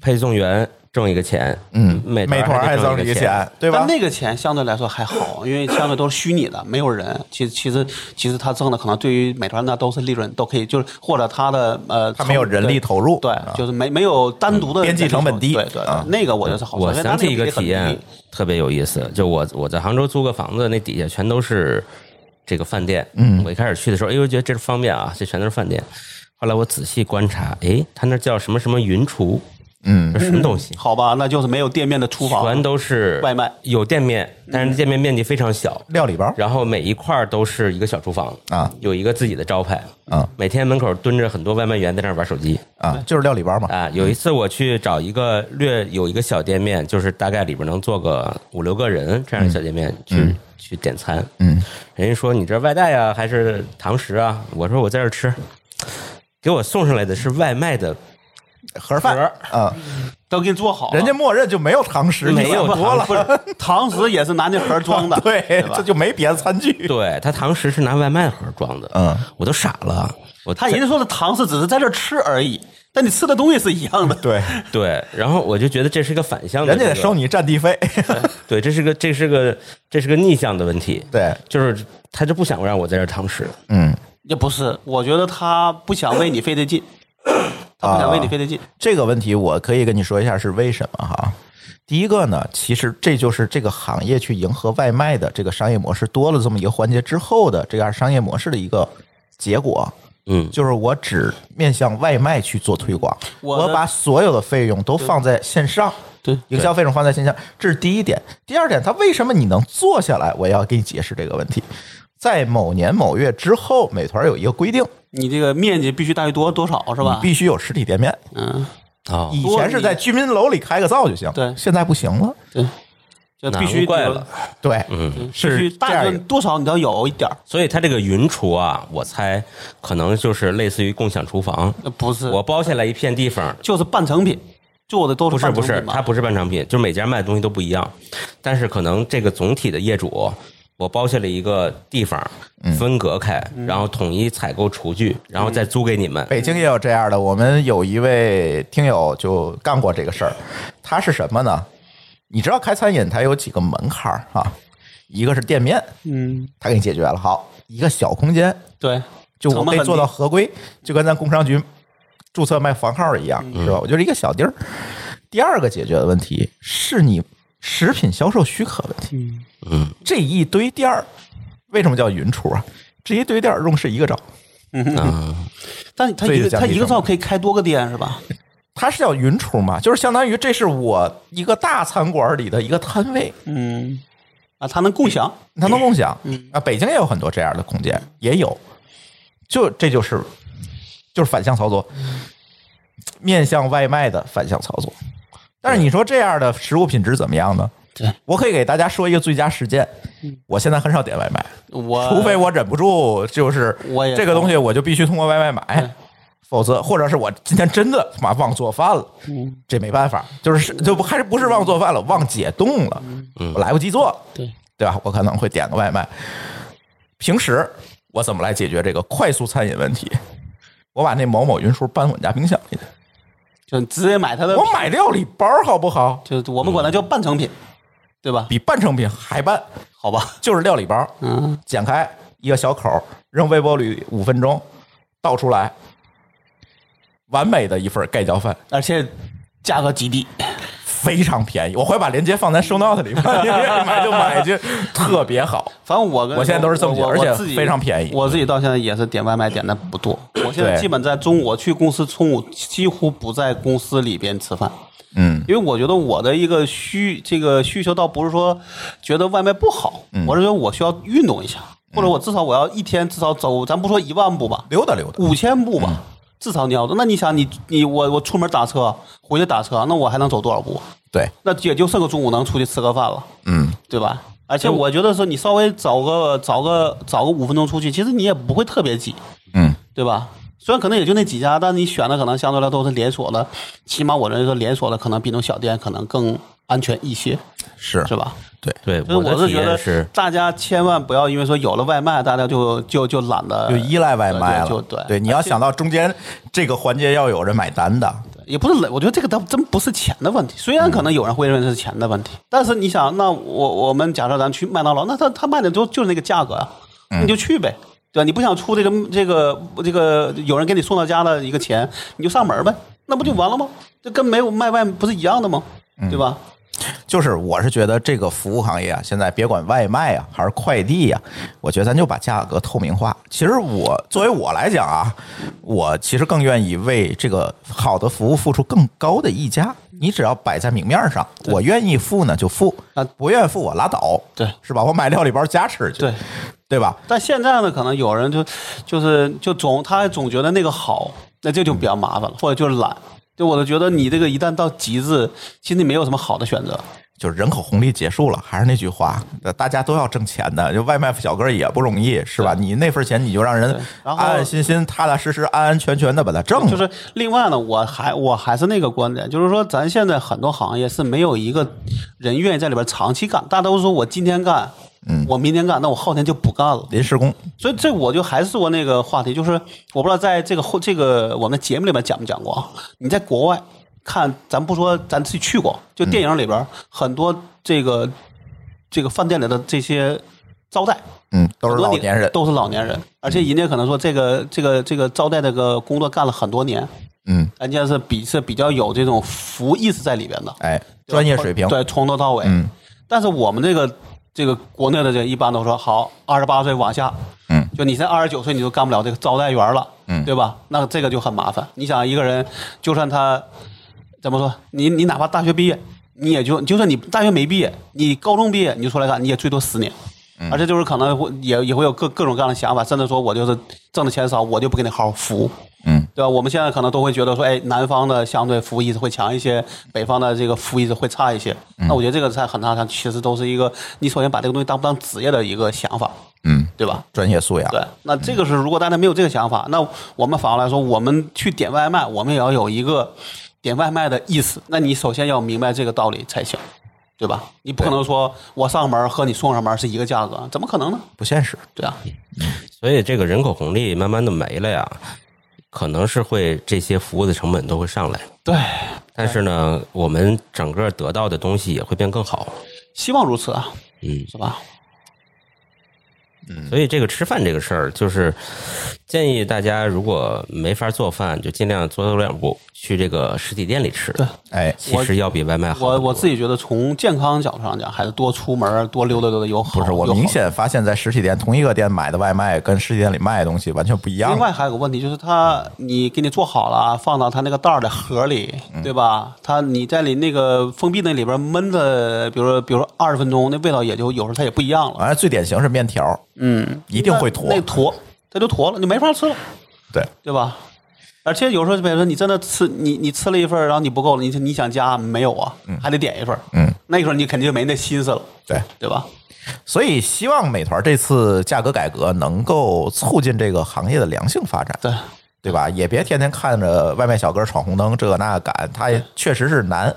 B: 配送员挣一个钱，
A: 嗯
B: 美
A: 美团还
B: 还得
A: 挣
B: 挣
A: 了
B: 一
A: 一
B: 个
A: 个钱，，对吧
C: 但？那个钱相对来说还好，因为相对都是虚拟的，没有人。其实其实其实他挣的可能对于美团那都是利润，都可以就是或者他的呃，
A: 他没有人力投入，
C: 对，
A: 啊
C: 对，就是没没有单独的
A: 嗯边际成本低
C: 对对
A: 啊
C: 对，那个我觉得是好处。
B: 我
C: 因为
B: 想起一
C: 它
B: 个
C: 那比例
B: 体
C: 很
B: 验
C: 低，
B: 特别有意思，就我我在杭州租个房子，那底下全都是这个饭店。嗯，我一开始去的时候，哎呦，觉得这方便啊，这全都是饭店。后来我仔细观察，哎，他那叫什么什么云厨，
A: 嗯
B: 这什么东西？
C: 好吧，那就是没有店面的厨房，
B: 全都是
C: 外卖
B: 有店面，但是店面面积非常小，
A: 料理包，
B: 然后每一块儿都是一个小厨房
A: 啊，
B: 有一个自己的招牌
A: 啊，
B: 每天门口蹲着很多外卖员在那儿玩手机
A: 啊，就是料理包嘛，
C: 哎
B: 啊。有一次我去找一个略有一个小店面，就是大概里边能坐个五六个人这样的小店面去去点餐，
A: 嗯，
B: 人家说你这外带啊还是堂食啊？我说我在这儿吃，给我送上来的是外卖的
A: 盒饭
B: 盒
A: 啊，
C: 都给你做好了。
A: 人家默认就没有堂食，
B: 没有
A: 你想多了，
B: 堂
C: 不是堂食也是拿那盒装 [laughs] 的，
A: 对，
C: 吧
A: 这就没别的餐具，
B: 对他堂食是拿外卖盒装的，
A: 嗯，
B: 我都傻了。我
C: 他人家说的堂食只是在这儿吃而已，但你吃的东西是一样的。
A: 对，
B: 对，然后我就觉得这是一个反向的、
A: 人
B: 这
A: 家
B: 个，
A: 得收你占地费，
B: 对，这是个这是个这是个逆向的问题，
A: 对，
B: 就是他就不想让我在这儿堂食，
A: 嗯，
C: 也不是，我觉得他不想为你费这 [coughs] 劲，他不想为你费这劲。
A: 这个问题我可以跟你说一下是为什么哈。第一个呢，其实这就是这个行业去迎合外卖的这个商业模式多了这么一个环节之后的这样商业模式的一个结果，
B: 嗯，
A: 就是我只面向外卖去做推广，
C: 我
A: 我
C: 的
A: 把所有的费用都放在线上，
C: 对
A: 营销费用放在线上，这是第一点。第二点，它为什么你能做下来？我要给你解释这个问题。在某年某月之后，美团有一个规定，
C: 你这个面积必须大于多多少是
A: 你
C: 吧？
A: 必须有实体店面。
C: 嗯，
B: 哦，
A: 以前是在居民楼里开个灶就行，
C: 对
A: 现在不行了。
C: 对，就必须
B: 啊难怪了。
A: 对，
B: 嗯，
C: 必
A: 是
C: 须
A: 这
C: 大
A: 样一
C: 于
A: 个。
C: 多少你都要有一点儿，
B: 所以他这个云厨啊，我猜可能就是类似于共享厨房，
C: 呃不是，
B: 我包下来一片地方，
C: 就是半成品做的都
B: 不
C: 是
B: 是
C: 半
B: 不
C: 成
B: 是，
C: 品嘛
B: 它不是半成品，就是每家卖的东西都不一样，但是可能这个总体的业主。我包下了一个地方，分隔开，
C: 嗯
B: 然后统一采购厨具，然后再租给你们。啊
A: 北京也有这样的，我们有一位听友就干过这个事儿。他是什么呢？你知道开餐饮它有几个门槛儿啊？一个是店面，
C: 嗯，
A: 他给你解决了，好，一个小空间，
C: 对，
A: 就我
C: 成
A: 可
C: 本
A: 以
C: 很
A: 做
C: 低
A: 到合规，就跟咱工商局注册卖房号一样，
C: 嗯
A: 是吧？我就是一个小地儿。第二个解决的问题是你食品销售许可问题。
B: 嗯，
A: 这一堆店儿为什么叫云厨啊？这一堆店儿用是一个照，
B: 嗯，
C: 但是他
A: 这
C: 一
A: 就
C: 个
A: 讲
C: 他
A: 底
C: 一个
A: 层
C: 灶可以开多个店是吧？
A: 它是叫云厨嘛？就是相当于这是我一个大餐馆里的一个摊位，
C: 嗯，啊，它能共享，
A: 它能共享。啊，北京也有很多这样的空间，也有。就这就是就是反向操作，面向外卖的反向操作。但是你说这样的食物品质怎么样呢？
C: 对
A: 我可以给大家说一个最佳实践。我现在很少点外卖，
C: 我
A: 除非我忍不住，就是
C: 我也嗯
A: 这个东西我就必须通过外卖买，否则或者是我今天真的他妈忘做饭了，
C: 嗯
A: 这没办法，就是就不还是不是忘做饭了，忘解冻了，我来不及做了。
C: 嗯对，
A: 对吧？我可能会点个外卖。平时我怎么来解决这个快速餐饮问题？我把那某某云叔搬我们家冰箱里去，
C: 就你直接买它的
A: 我，买料理包好不好？
C: 就是我们管它叫半成品，对吧？
A: 比半成品还半，
C: 好吧，
A: 就是料理包，
C: 嗯，
A: 剪开一个小口儿，扔微波炉五分钟，倒出来，完美的一份盖浇饭，
C: 而且价格极低，
A: 非常便宜。我会把链接放咱 show note 里， [laughs] 吧，你愿意买就买去，特别好。
C: 反正我跟
A: 我现在都是这么觉得
C: 我
A: 而且
C: 我自己
A: 非常便宜嗯
C: 我自己到现在也是点外卖点的不多，我现在
A: 对
C: 基本在中午我去公司中午几乎不在公司里边吃饭，
A: 嗯，
C: 因为我觉得我的一个需这个需求倒不是说觉得外卖不好，
A: 嗯
C: 我是觉得我需要运动一下，或者我至少我要一天至少走，咱不说一万步吧，
A: 溜达溜达，
C: 五千步
A: 嗯
C: 吧，至少你要。那你想你，你我我出门打车，回去打车，那我还能走多少步？
A: 对，
C: 那也就剩个中午能出去吃个饭了，
A: 嗯，
C: 对吧？而且我觉得说，你稍微找个找个找个五分钟出去，其实你也不会特别挤，
A: 嗯，
C: 对吧？虽然可能也就那几家，但你选的可能相对来都是连锁的，起码我认为说连锁的可能比那种小店可能更安全一些，
A: 是
C: 是吧？
A: 对，
B: 对，
C: 所以
B: 的
C: 是
B: 体
C: 觉
B: 验
C: 得
B: 是，
C: 大家千万不要因为说有了外卖，大家就就就懒得
A: 就依赖外卖了。
C: 就就对
A: 你要想到中间这个环节要有人买单的，
C: 也不是累，我觉得这个倒真不是钱的问题。虽然可能有人会认为这是钱的问题，但是你想，那我我们假设咱去麦当劳，那他他卖的就就是那个价格啊，你就去呗，对吧？你不想出这个这个这个有人给你送到家的一个钱，你就上门呗，那不就完了吗？这跟没有卖外不是一样的吗？对吧？
A: 就是我是觉得这个服务行业啊，现在别管外卖啊还是快递呀、我觉得咱就把价格透明化。其实我作为我来讲啊，我其实更愿意为这个好的服务付出更高的溢价。你只要摆在明面上，我愿意付呢就付
C: 啊，
A: 不愿意付我拉倒，
C: 对
A: 是吧？我买料理包加吃去，
C: 对。
A: 对吧？
C: 但现在呢，可能有人就就是就总他总觉得那个好，那这就比较麻烦了，或者就是懒。就我就觉得你这个一旦到极致，其实你没有什么好的选择。
A: 就是人口红利结束了，还是那句话，呃大家都要挣钱的，就外卖小哥也不容易，是吧？你那份钱你就让人
C: 对
A: 安
C: 然后
A: 安心心、踏踏实实、安安全全的把它 [laughs] 挣了，
C: 就是另外呢，我还我还是那个观点，就是说咱现在很多行业是没有一个人愿意在里边长期干，大家都说我今天干，嗯，我明天干，那我后天就不干了。
A: 临时工。
C: 所以这我就还是说那个话题，就是我不知道在这个后这个我们节目里面讲没讲过啊？你在国外看，咱不说咱自己去过，就电影里边很多这个这个饭店里的这些招待，
A: 嗯，都是
C: 很多
A: 老年人，嗯
C: 都是老年人，而且人家可能说这个这个这个招待这个工作干了很多年，
A: 嗯，
C: 人家是比是比较有这种服务意识在里边的，
A: 哎， [laughs] 专业水平，
C: 对，从头到尾。
A: 嗯，
C: 但是我们这个这个国内的这一般都说好，二十八岁往下，
A: 嗯，
C: 就你在二十九岁你就干不了这个招待员了，
A: 嗯
C: 对吧？那这个就很麻烦。你想一个人，就算他怎么说，你你哪怕大学毕业，你也就就算你大学没毕业，你高中毕业你就出来干，你也最多十年。
A: 嗯
C: 而且就是可能会也也会有各各种各样的想法，甚至说我就是挣的钱少，我就不给你好好服务。
A: 嗯，
C: 对吧？我们现在可能都会觉得说，哎，南方的相对服务意识会强一些，北方的这个服务意识会差一些。那我觉得这个在很大上其实都是一个，你首先把这个东西当不当职业的一个想法，
A: 嗯，
C: 对吧？
A: 专业素养，
C: 对，那这个是如果大家没有这个想法，那我们反过来说，我们去点外卖，我们也要有一个点外卖的意思。那你首先要明白这个道理才行，对吧？你不可能说我上门和你送上门是一个价格，怎么可能呢？
A: 不现实。
C: 对啊，
B: 所以这个人口红利慢慢的没了呀，可能是会这些服务的成本都会上来，
C: 对，
B: 但是呢，我们整个得到的东西也会变更好，
C: 希望如此啊，
B: 嗯，
C: 是吧？
B: 所以这个吃饭这个事儿，就是建议大家如果没法做饭，就尽量多走两步，去这个实体店里吃，
A: 哎，
B: 其实要比外卖好
C: 我
B: 得多。
C: 我自己觉得，从健康角度上讲，还是多出门、多溜达溜达有好。
A: 不是，我
C: 有好
A: 明。显发现，在实体店同一个店买的外卖跟实体店里卖的东西完全不一样
C: 另。外还有个问题，就是他你给你做好了，放到他那个袋儿的盒里，
A: 嗯
C: 对吧？他你在里那个封闭那里边闷的，比如说比如说二十分钟，那味道也就有时候它也不一样了。
A: 完了，最典型是面条，
C: 嗯，
A: 一定会坨
C: 那那坨它就坨了，你没法吃了，
A: 对，
C: 对吧？而且有时候，比如说你真的吃，你你吃了一份儿，然后你不够了，你你想加没有啊？还得点一份儿。
A: 嗯，
C: 那个时候你肯定就没那心思了，
A: 对，
C: 对吧？
A: 所以希望美团这次价格改革能够促进这个行业的良性发展，
C: 对。
A: 对
C: 啊哎
A: 吧？也别天天看着外卖小哥闯红灯，这个那个赶，他也确实是难。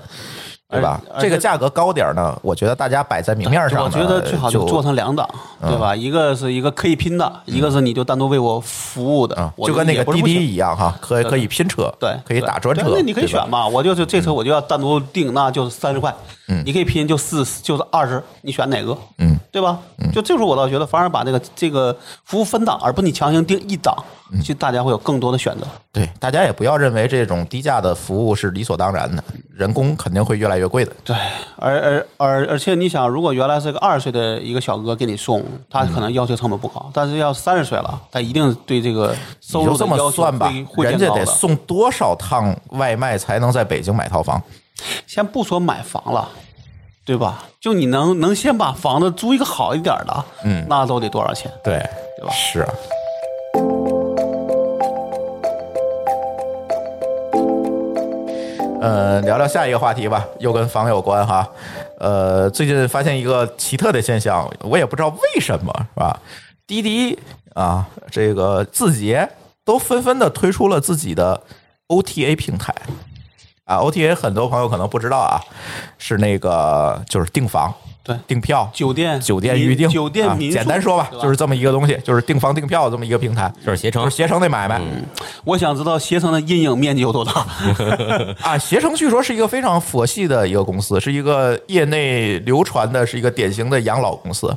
A: 对吧
C: 而？而
A: 这个
C: 且
A: 价格高点儿呢，我觉得大家摆在明面上呢，
C: 我觉得最好
A: 就嗯
C: 就做成两档，对吧？一个是一个可以拼的，一个是你就单独为我服务的
A: 啊，，
C: 我
A: 就跟那
C: 也
A: 个
C: 不是
A: 滴
C: 不
A: 滴
C: 选
A: 一样哈，可以可以拼车，
C: 对，
A: 可以打专
C: 对
A: 车，
C: 那你可以
A: 对吧嗯
C: 选嘛，我就是这车我就要单独定，那就是三十块，嗯，你可以拼就四十就是二十，你选哪个，
A: 嗯，
C: 对吧？就这时候我倒觉得，反而把这个这个服务分档，而不是你强行定一档，
A: 嗯
C: 其实大家会有更多的选择。
A: 对，大家也不要认为这种低价的服务是理所当然的，人工肯定会越来越贵的。
C: 对，而而而而且你想，如果原来是个二十岁的一个小哥给你送，他
A: 嗯
C: 可能要求成本不高，但是要三十岁了，他一定对这个收
A: 你
C: 入
A: 就
C: 的
A: 这么
C: 要求
A: 算吧
C: 会，会
A: 人
C: 变
A: 家
C: 高
A: 得
C: 的。
A: 送多少趟外卖才能在北京买套房？
C: 先不说买房了，对吧？就你能能先把房子租一个好一点的，嗯，那都得多少钱？
A: 对，
C: 对吧
A: 是啊。呃，聊聊下一个话题吧，又跟房有关哈。呃，最近发现一个奇特的现象，我也不知道为什么，是吧？滴滴啊，这个字节都纷纷的推出了自己的 OTA 平台啊，OTA 很多朋友可能不知道啊，是那个就是订房、
C: 对
A: 订票、
C: 酒店、
A: 酒店
C: 民
A: 预订、
C: 酒店
A: 啊
C: 民宿、
A: 简单说吧，
C: 对
A: 就是这么一个东西，就是订房订票这么一个平台，
B: 就是携程
A: 就是携程那买卖、
C: 我想知道携程的阴影面积有多大？
A: 啊。携程据说是一个非常佛系的一个公司，是一个业内流传的是一个典型的养老公司，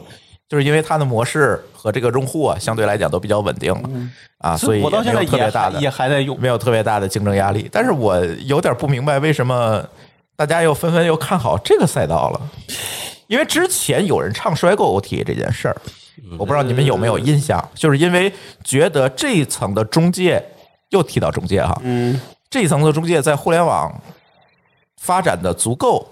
A: 就是因为它的模式和这个用户啊相对来讲都比较稳定了、啊，所以
C: 嗯我到
A: 也
C: 现
A: 没
C: 在
A: 有特
C: 也
A: 别大
C: 还
A: 的
C: 也还在用。
A: 没有特别大的竞争压力。但是我有点不明白为什么大家又纷纷又看好这个赛道了，因为之前有人唱衰过 OTA 这件事儿，我不知道你们有没有印象，就是因为觉得这一层的中介又提到中介哈，
C: 嗯，
A: 这一层的中介在互联网发展的足够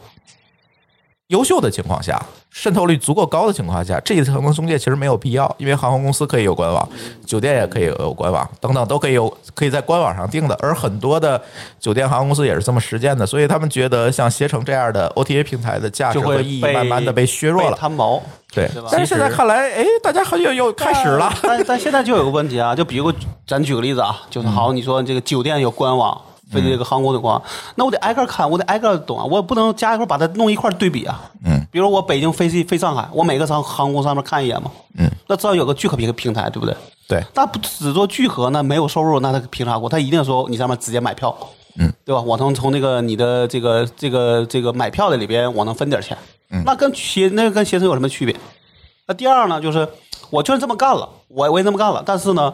A: 优秀的情况下，渗透率足够高的情况下，这一层的中介其实没有必要，因为航空公司可以有官网，酒店也可以有官网，等等都可以有可以在官网上订的。而很多的酒店、航空公司也是这么实践的，所以他们觉得像携程这样的 OTA 平台的价值
C: 就
A: 和
C: 会
A: 意义
C: 被
A: 慢慢的被削弱
C: 被
A: 了。
C: 摊薄。
A: 对
C: 对吧，
A: 但是现在看来，哎，大家好像又开始了。
C: 但 [laughs] 但现在就有个问题啊，就比如咱举个例子啊，就是
A: 嗯
C: 好，你说这个酒店有官网，飞机这个航空的官网，那我得挨个看，我得挨个懂啊，我不能加一块把它弄一块对比啊。
A: 嗯，
C: 比如我北京飞西飞上海，我每个航航空上面看一眼嘛。
A: 嗯，
C: 那至少有个聚合平平台，对不对？
A: 对，
C: 那不只做聚合呢，没有收入，那他凭啥过？他一定说你上面直接买票，
A: 嗯，
C: 对吧？我能从那个你的这个这个这个买票的里边，我能分点钱，嗯，那跟携那跟携程有什么区别？那第二呢，就是我就是这么干了，我我也这么干了，但是呢，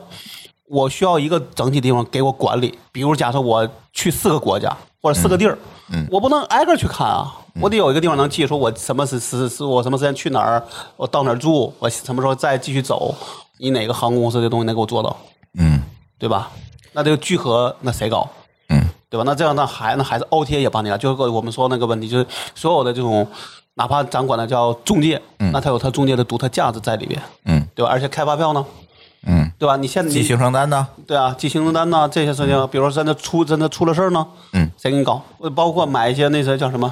C: 我需要一个整体地方给我管理。比如假设我去四个国家或者四个地儿，
A: 嗯
C: 我不能挨个去看啊，我得有一个地方能记，说我什么时时时我什么时间去哪儿，我到哪儿住，我什么时候再继续走，你哪个航空公司的东西能给我做到，
A: 嗯
C: 对吧？那这个聚合那谁搞？
A: 嗯，
C: 对吧？那这样那还那还是 OTA 也帮你了，就是我们说那个问题，就是所有的这种，哪怕咱管它叫中介，那它有它中介的独特价值在里边，
A: 嗯
C: 对吧？而且开发票呢，
A: 嗯，
C: 对吧？你现在
A: 寄
C: 你
A: 行程单呢？
C: 对啊，寄行程单呐、这些事情，啊比如说真的出真的出了事儿呢，
A: 嗯，
C: 谁给你搞？呃包括买一些那些叫什么，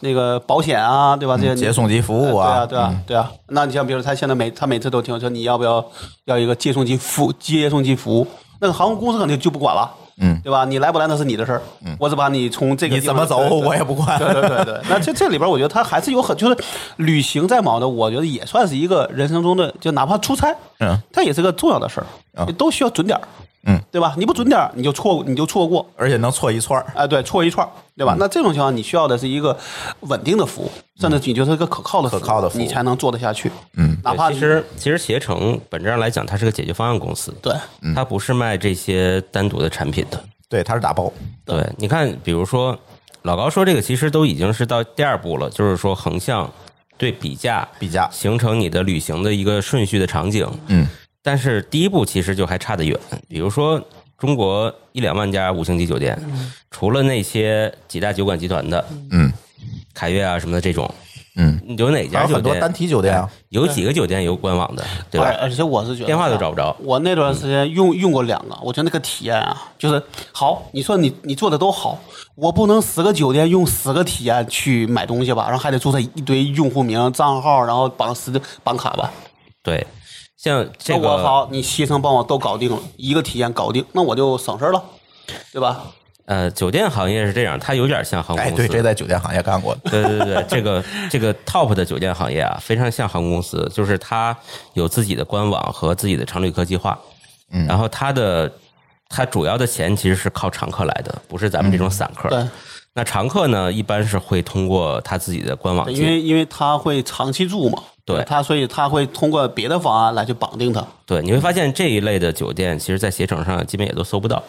C: 那个保险啊，对吧？这些
A: 嗯接送及服务嗯
C: 啊，对啊，对啊，对啊。那你像比如他现在每他每次都听说你要不要要一个接送及服接送及服务，那个航空公司肯定就不管了，
A: 嗯
C: 对吧？你来不来那是你的事儿，嗯，我只把你从这个
A: 你
C: 地
A: 怎
C: 方
A: 么走
C: 对对对
A: 我也不管。
C: 对对对对，那这这里边我觉得它还是有很就是旅行在忙的，我觉得也算是一个人生中的，就哪怕出差，
A: 嗯，
C: 它也是个重要的事儿，
A: 啊
C: 都需要准点儿，
A: 嗯，
C: 对吧？你不准点儿你就错你就错过，
A: [laughs] 而且能错一错儿。
C: 哎，对，错一串儿，对
A: 嗯
C: 吧？那这种情况你需要的是一个稳定的服务，甚至你就是一个可靠的服务
A: 可靠的服务
C: 你才能做得下去，
A: 嗯，
C: 哪怕
B: 对
C: 你
B: 其实其实携程本质上来讲，它是个解决方案公司，
C: 对
B: 它不是卖这些单独的产品的。
A: 对，它是打包。
B: 对，你看，比如说老高说这个，其实都已经是到第二步了，就是说横向对比价，
A: 比价
B: 形成你的旅行的一个顺序的场景。
A: 嗯，
B: 但是第一步其实就还差得远。比如说，中国一两万家五星级酒店，除了那些几大酒馆集团的，
A: 嗯，
B: 凯悦啊什么的这种，
A: 嗯，
B: 有哪
A: 还
B: 家
A: 有
B: 酒
A: 很多
B: 店？
A: 单体酒店啊，
B: 有几个酒店有官网的，对
C: 哎而
B: 吧？
C: 而且我是觉得
B: 电话都
C: 啊
B: 找不着嗯
C: 我那段时间用用过两个，我觉得那个体验啊，就是好，你说你你做的都好，我不能十个酒店用十个体验去买东西吧，然后还得注册一堆用户名、账号，然后绑十绑卡吧。
B: 对，像这
C: 那我
B: 个
C: 好，你携程帮我都搞定了，一个体验搞定，那我就省事儿了，对吧？
B: 呃，酒店行业是这样，它有点像航空
A: 哎，
B: 公司。
A: 对，这在酒店行业干过的，
B: 对对对，这个这个 top 的酒店行业啊，非常像航空公司，就是它有自己的官网和自己的常旅客计划，嗯，然后它的它主要的钱其实是靠常客来的，不是咱们这种散客。
C: 对，
B: 那常客呢，一般是会通过他自己的官网
C: 因
B: 进，
C: 为因为他会长期住嘛，
B: 对
C: 他所以他会通过别的方案来去绑定他，
B: 对，你会发现这一类的酒店，其实在携程上基本也都搜不到，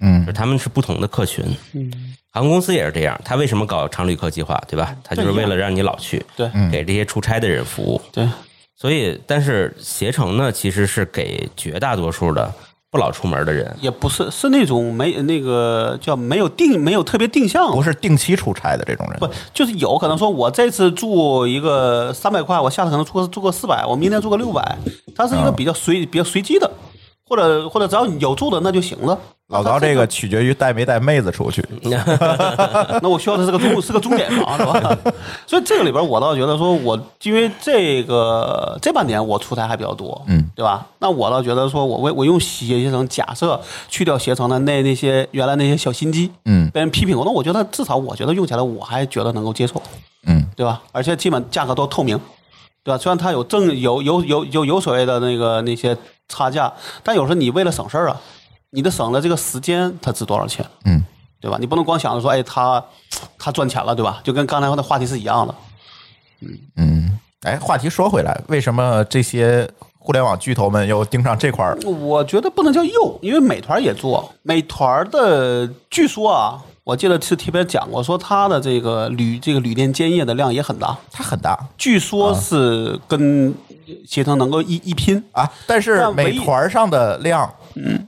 A: 嗯
B: 就是他们是不同的客群。嗯，航空公司也是这样，他为什么搞常旅客计划，对吧？他就是为了让你老去，
C: 对
B: 给这些出差的人服务。
C: 对，
B: 所以，但是携程呢，其实是给绝大多数的不老出门
A: [laughs]
B: 的人，
C: 也不是是那种没那个叫没有定没有特别定向，
A: 不是定期出差的这种人，
C: 不就是有可能说我这次住一个三百块，我下次可能住个住个四百，我明天住个六百，它是一
A: 啊
C: 个比较随比较随机的，或者或者只要你有住的那就行了。
A: 老高这个取决于带没带妹子出去，
C: [laughs] 那我需要的是个钟，是个钟点房，是吧？ [laughs] 所以这个里边，我倒觉得说我，因为这个这半年我出差还比较多，
A: 嗯，
C: 对吧？那我倒觉得说我为我用携程，假设去掉携程的那那些原来那些小心机，
A: 嗯
C: 被人批评过，那我觉得至少我觉得用起来我还觉得能够接受，
A: 嗯，
C: 对吧？而且基本价格都透明，对吧？虽然它有正有有有有有所谓的那个那些差价，但有时候你为了省事儿啊，你的省了这个时间，它值多少钱？
A: 嗯，
C: 对吧？你不能光想着说，哎，他他赚钱了，对吧？就跟刚才的话题是一样的。
A: 嗯，哎，话题说回来，为什么这些互联网巨头们又盯上这块儿了？
C: 我觉得不能叫又，因为美团也做，美团的据说啊，我记得是贴边讲过，说它的这个旅这个旅店建业的量也很大，
A: 它很大
C: 据说是跟携程能够一一拼。
A: 啊，但是
C: 但唯
A: 美
C: 一嗯
A: 团上的量，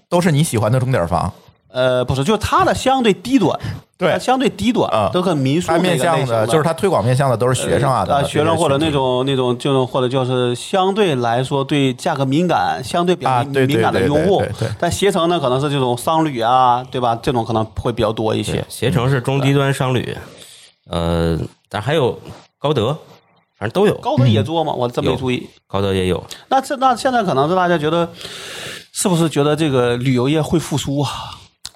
A: 都是你喜欢的钟点房，
C: 呃，不是，就是它的相对低端，
A: 对
C: 它相对低端
A: 啊
C: 都很民宿
A: 它
C: 那个类
A: 面向
C: 型的
A: 的就是它推广面向的都是学生啊，等
C: 啊，
A: 等
C: 学生或者那种那种这种，或者就是相对来说对价格敏感、相对比较
A: 啊
C: 敏
A: 对对
C: 敏感的
A: 对对
C: 用户
A: 对对对，
C: 但携程呢可能是这种商旅啊，对吧？这种可能会比较多一些。
B: 携程是中低端商旅，呃，但还有高德，反正都有，
C: 高德也做
A: 嗯
C: 吗？我真没
B: 有
C: 注意。
B: 高德也有。
C: 那这那现在可能是大家觉得，是不是觉得这个旅游业会复苏啊？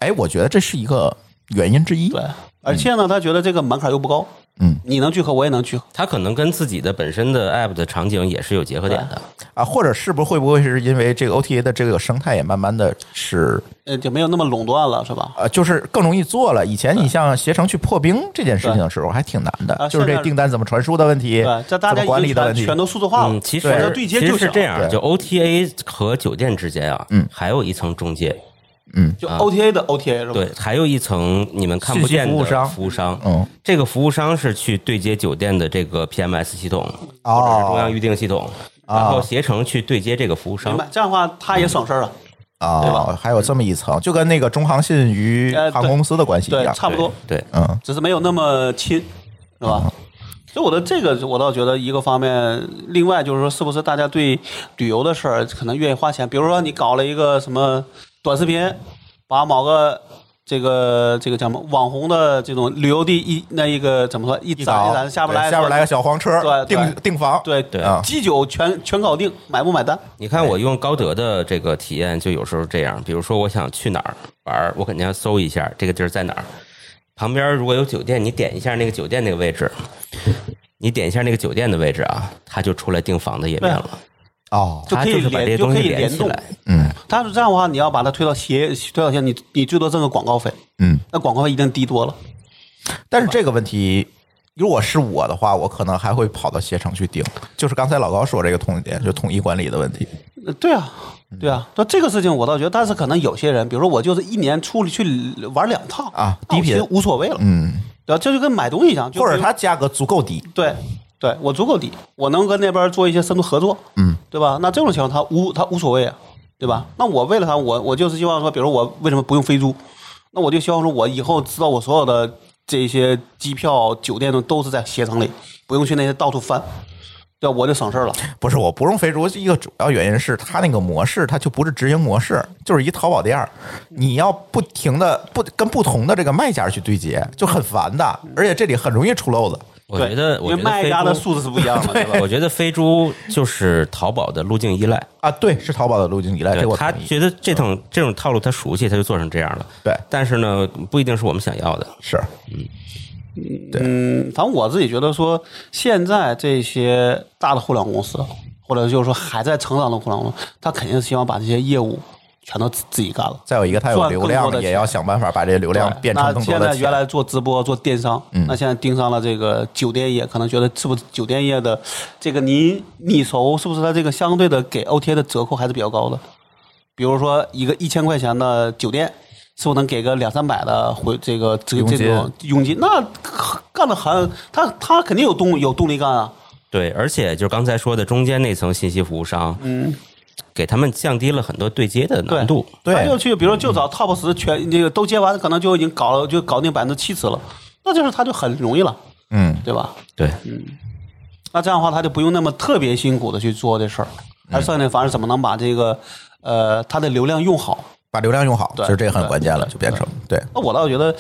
A: 哎，我觉得这是一个原因之一。
C: 对，而且呢，他觉得这个门槛又不高，
A: 嗯，
C: 你能聚合，我也能聚合。
B: 它可能跟自己的本身的 app 的场景也是有结合点的。
A: 啊，或者是不是会不会是因为这个 OTA 的这个生态也慢慢的是
C: 呃，就没有那么垄断了，是吧？
A: 呃，就是更容易做了。以前你像携程去破冰这件事情的时候，还挺难的，
C: 啊
A: 就是
C: 现
A: 这
C: 在
A: 订单怎么传输的问题，
C: 对，这
A: 怎
C: 大家
A: 么
C: 已
A: 管理
C: 经
A: 的问
C: 全
A: 题
C: 全。都数字化了，
B: 嗯，其
A: 哦对
B: 实
C: 就对接
B: 其
C: 就
B: 实是
C: 行
B: 这样，
A: 对
B: 就 OTA 和酒店之间啊，
A: 嗯
B: 还有一层中介，
C: 就 OTA 的 OTA 是吧？
B: 啊对，还有一层你们看不见的
A: 信息服务商
B: 服务商
A: 嗯，
B: 这个服务商是去对接酒店的这个 PMS 系统，
A: 哦
B: 或者是中央预订系统，然后携程去对接这个服务
C: 明
B: 商
C: 白，。这样的话
A: 嗯
C: 他也省事儿了。对
A: 啊，
C: 吧
A: 还有这么一层，就跟那个中航信与
C: 呃
A: 航空公司的关系一
C: 对
A: 样，，
C: 差不多，
B: 对，对
A: 嗯，
C: 只是没有那么亲，是吧？所以我的这个，我倒觉得一个方面，另外就是说，是不是大家对旅游的事儿可能愿意花钱？比如说你搞了一个什么短视频，把某个这个这个叫什么网红的这种旅游地一那一个怎么说一
A: 一
C: 攒
A: 早
C: 一攒下边来
A: 对下边来个小黄车，
C: 对对
A: 订订房，
C: 对
B: 对
A: 啊
C: 鸡酒全全搞定，买不买单？
B: 你看我用高德的这个体验，就有时候这样，比如说我想去哪儿玩儿，我肯定要搜一下这个地儿在哪儿。旁边如果有酒店，你点一下那个酒店那个位置，你点一下那个酒店的位置啊，它就出来订房的页面了。
A: 哦，
C: 就可以
B: 它就是把这些
C: 联就
B: 东
C: 可
B: 西
C: 以
B: 连
C: 联
B: 起
C: 动
B: 来。
A: 嗯
C: 但是这样的话，你要把它推到协推到协，你你最多挣个广告费，
A: 嗯。
C: 那广告费一定低多了。
A: 但是这个问题，如果是我的话，我可能还会跑到携程去订，就是刚才老高说这个统一就统一管理的问题。
C: 呃对啊，对
B: 嗯
C: 啊，那这个事情我倒觉得，但是可能有些人，比如说我就是一年出去玩两趟
A: 啊
C: 那
A: 低
C: 我
A: 频
C: 其实无所谓了，
A: 嗯，
C: 对吧？这就跟买东西一样，就
A: 或者
C: 比如
A: 它价格足够低，
C: 对对我足够低，我能跟那边做一些深度合作，
A: 嗯，
C: 对吧？那这种情况他无他无所谓啊，对吧？那我为了他，我我就是希望说，比如我为什么不用飞猪？那我就希望说我以后知道我所有的这些机票、酒店都是在携程里，不用去那些到处翻，对吧？我就省事儿了。
A: 不是，我不用飞猪，一个主要原因是它那个模式，它就不是直营模式，就是一淘宝店儿，你要不
C: 嗯
A: 停的不跟不同的这个卖家去对接，就很烦的，而且这里很容易出漏子。
B: 我觉得，
C: 因
B: 我
C: 为
B: 觉得
C: 卖
B: 飞
C: 家的
B: 猪，
C: 素质是不一样
B: [laughs]
C: 的，对吧？
B: 我觉得飞猪就是淘宝的路径依赖。
A: 啊，对，是淘宝的路径依赖，这
B: 对
A: 我
B: 他
A: 同意嗯
B: 觉得这种这种套路他熟悉，他就做成这样了。
A: 对
B: 但是呢，不一定是我们想要的。
A: 是
C: 嗯，反正我自己觉得说，现在这些大的互联网公司，或者就是说还在成长的互联网公司，他肯定是希望把这些业务全都自自己干了。
A: 再有一个，它有
C: 赚
A: 流
C: 更
A: 量
C: 多，的
A: 也
C: 钱
A: 要想办法把这流量
C: 对
A: 变成
C: 那
A: 更多的
C: 现在原
A: 钱。嗯
C: 来做直播做电商，那现在盯上了这个酒店业，可能觉得是不是酒店业的这个你你熟是不是它这个相对的给 OTA 的折扣还是比较高的？比如说一个一千块钱的酒店，是不是能给个两三百的回这个这
A: 佣
C: 个
A: 金
C: 这种佣金？那干的很，他他肯定有动有动力干啊。
B: 对，而且就是刚才说的中间那层信息服务商，嗯，给他们降低了很多对接的难度。
A: 对
C: 他就去，比如说就找 top 十全那个都接完，可能就已经搞了就搞定百分之七十了，那就是他就很容易了，
A: 嗯，
C: 对吧？
B: 对，
C: 那这样的话，他就不用那么特别辛苦的去做这事儿，
B: 嗯
C: 而剩下的反而怎么能把这个呃它的流量用好。
A: 把流量用好，其
C: 对
A: 实这个很关键了，
C: 对
A: 就变成对
C: 那我倒觉得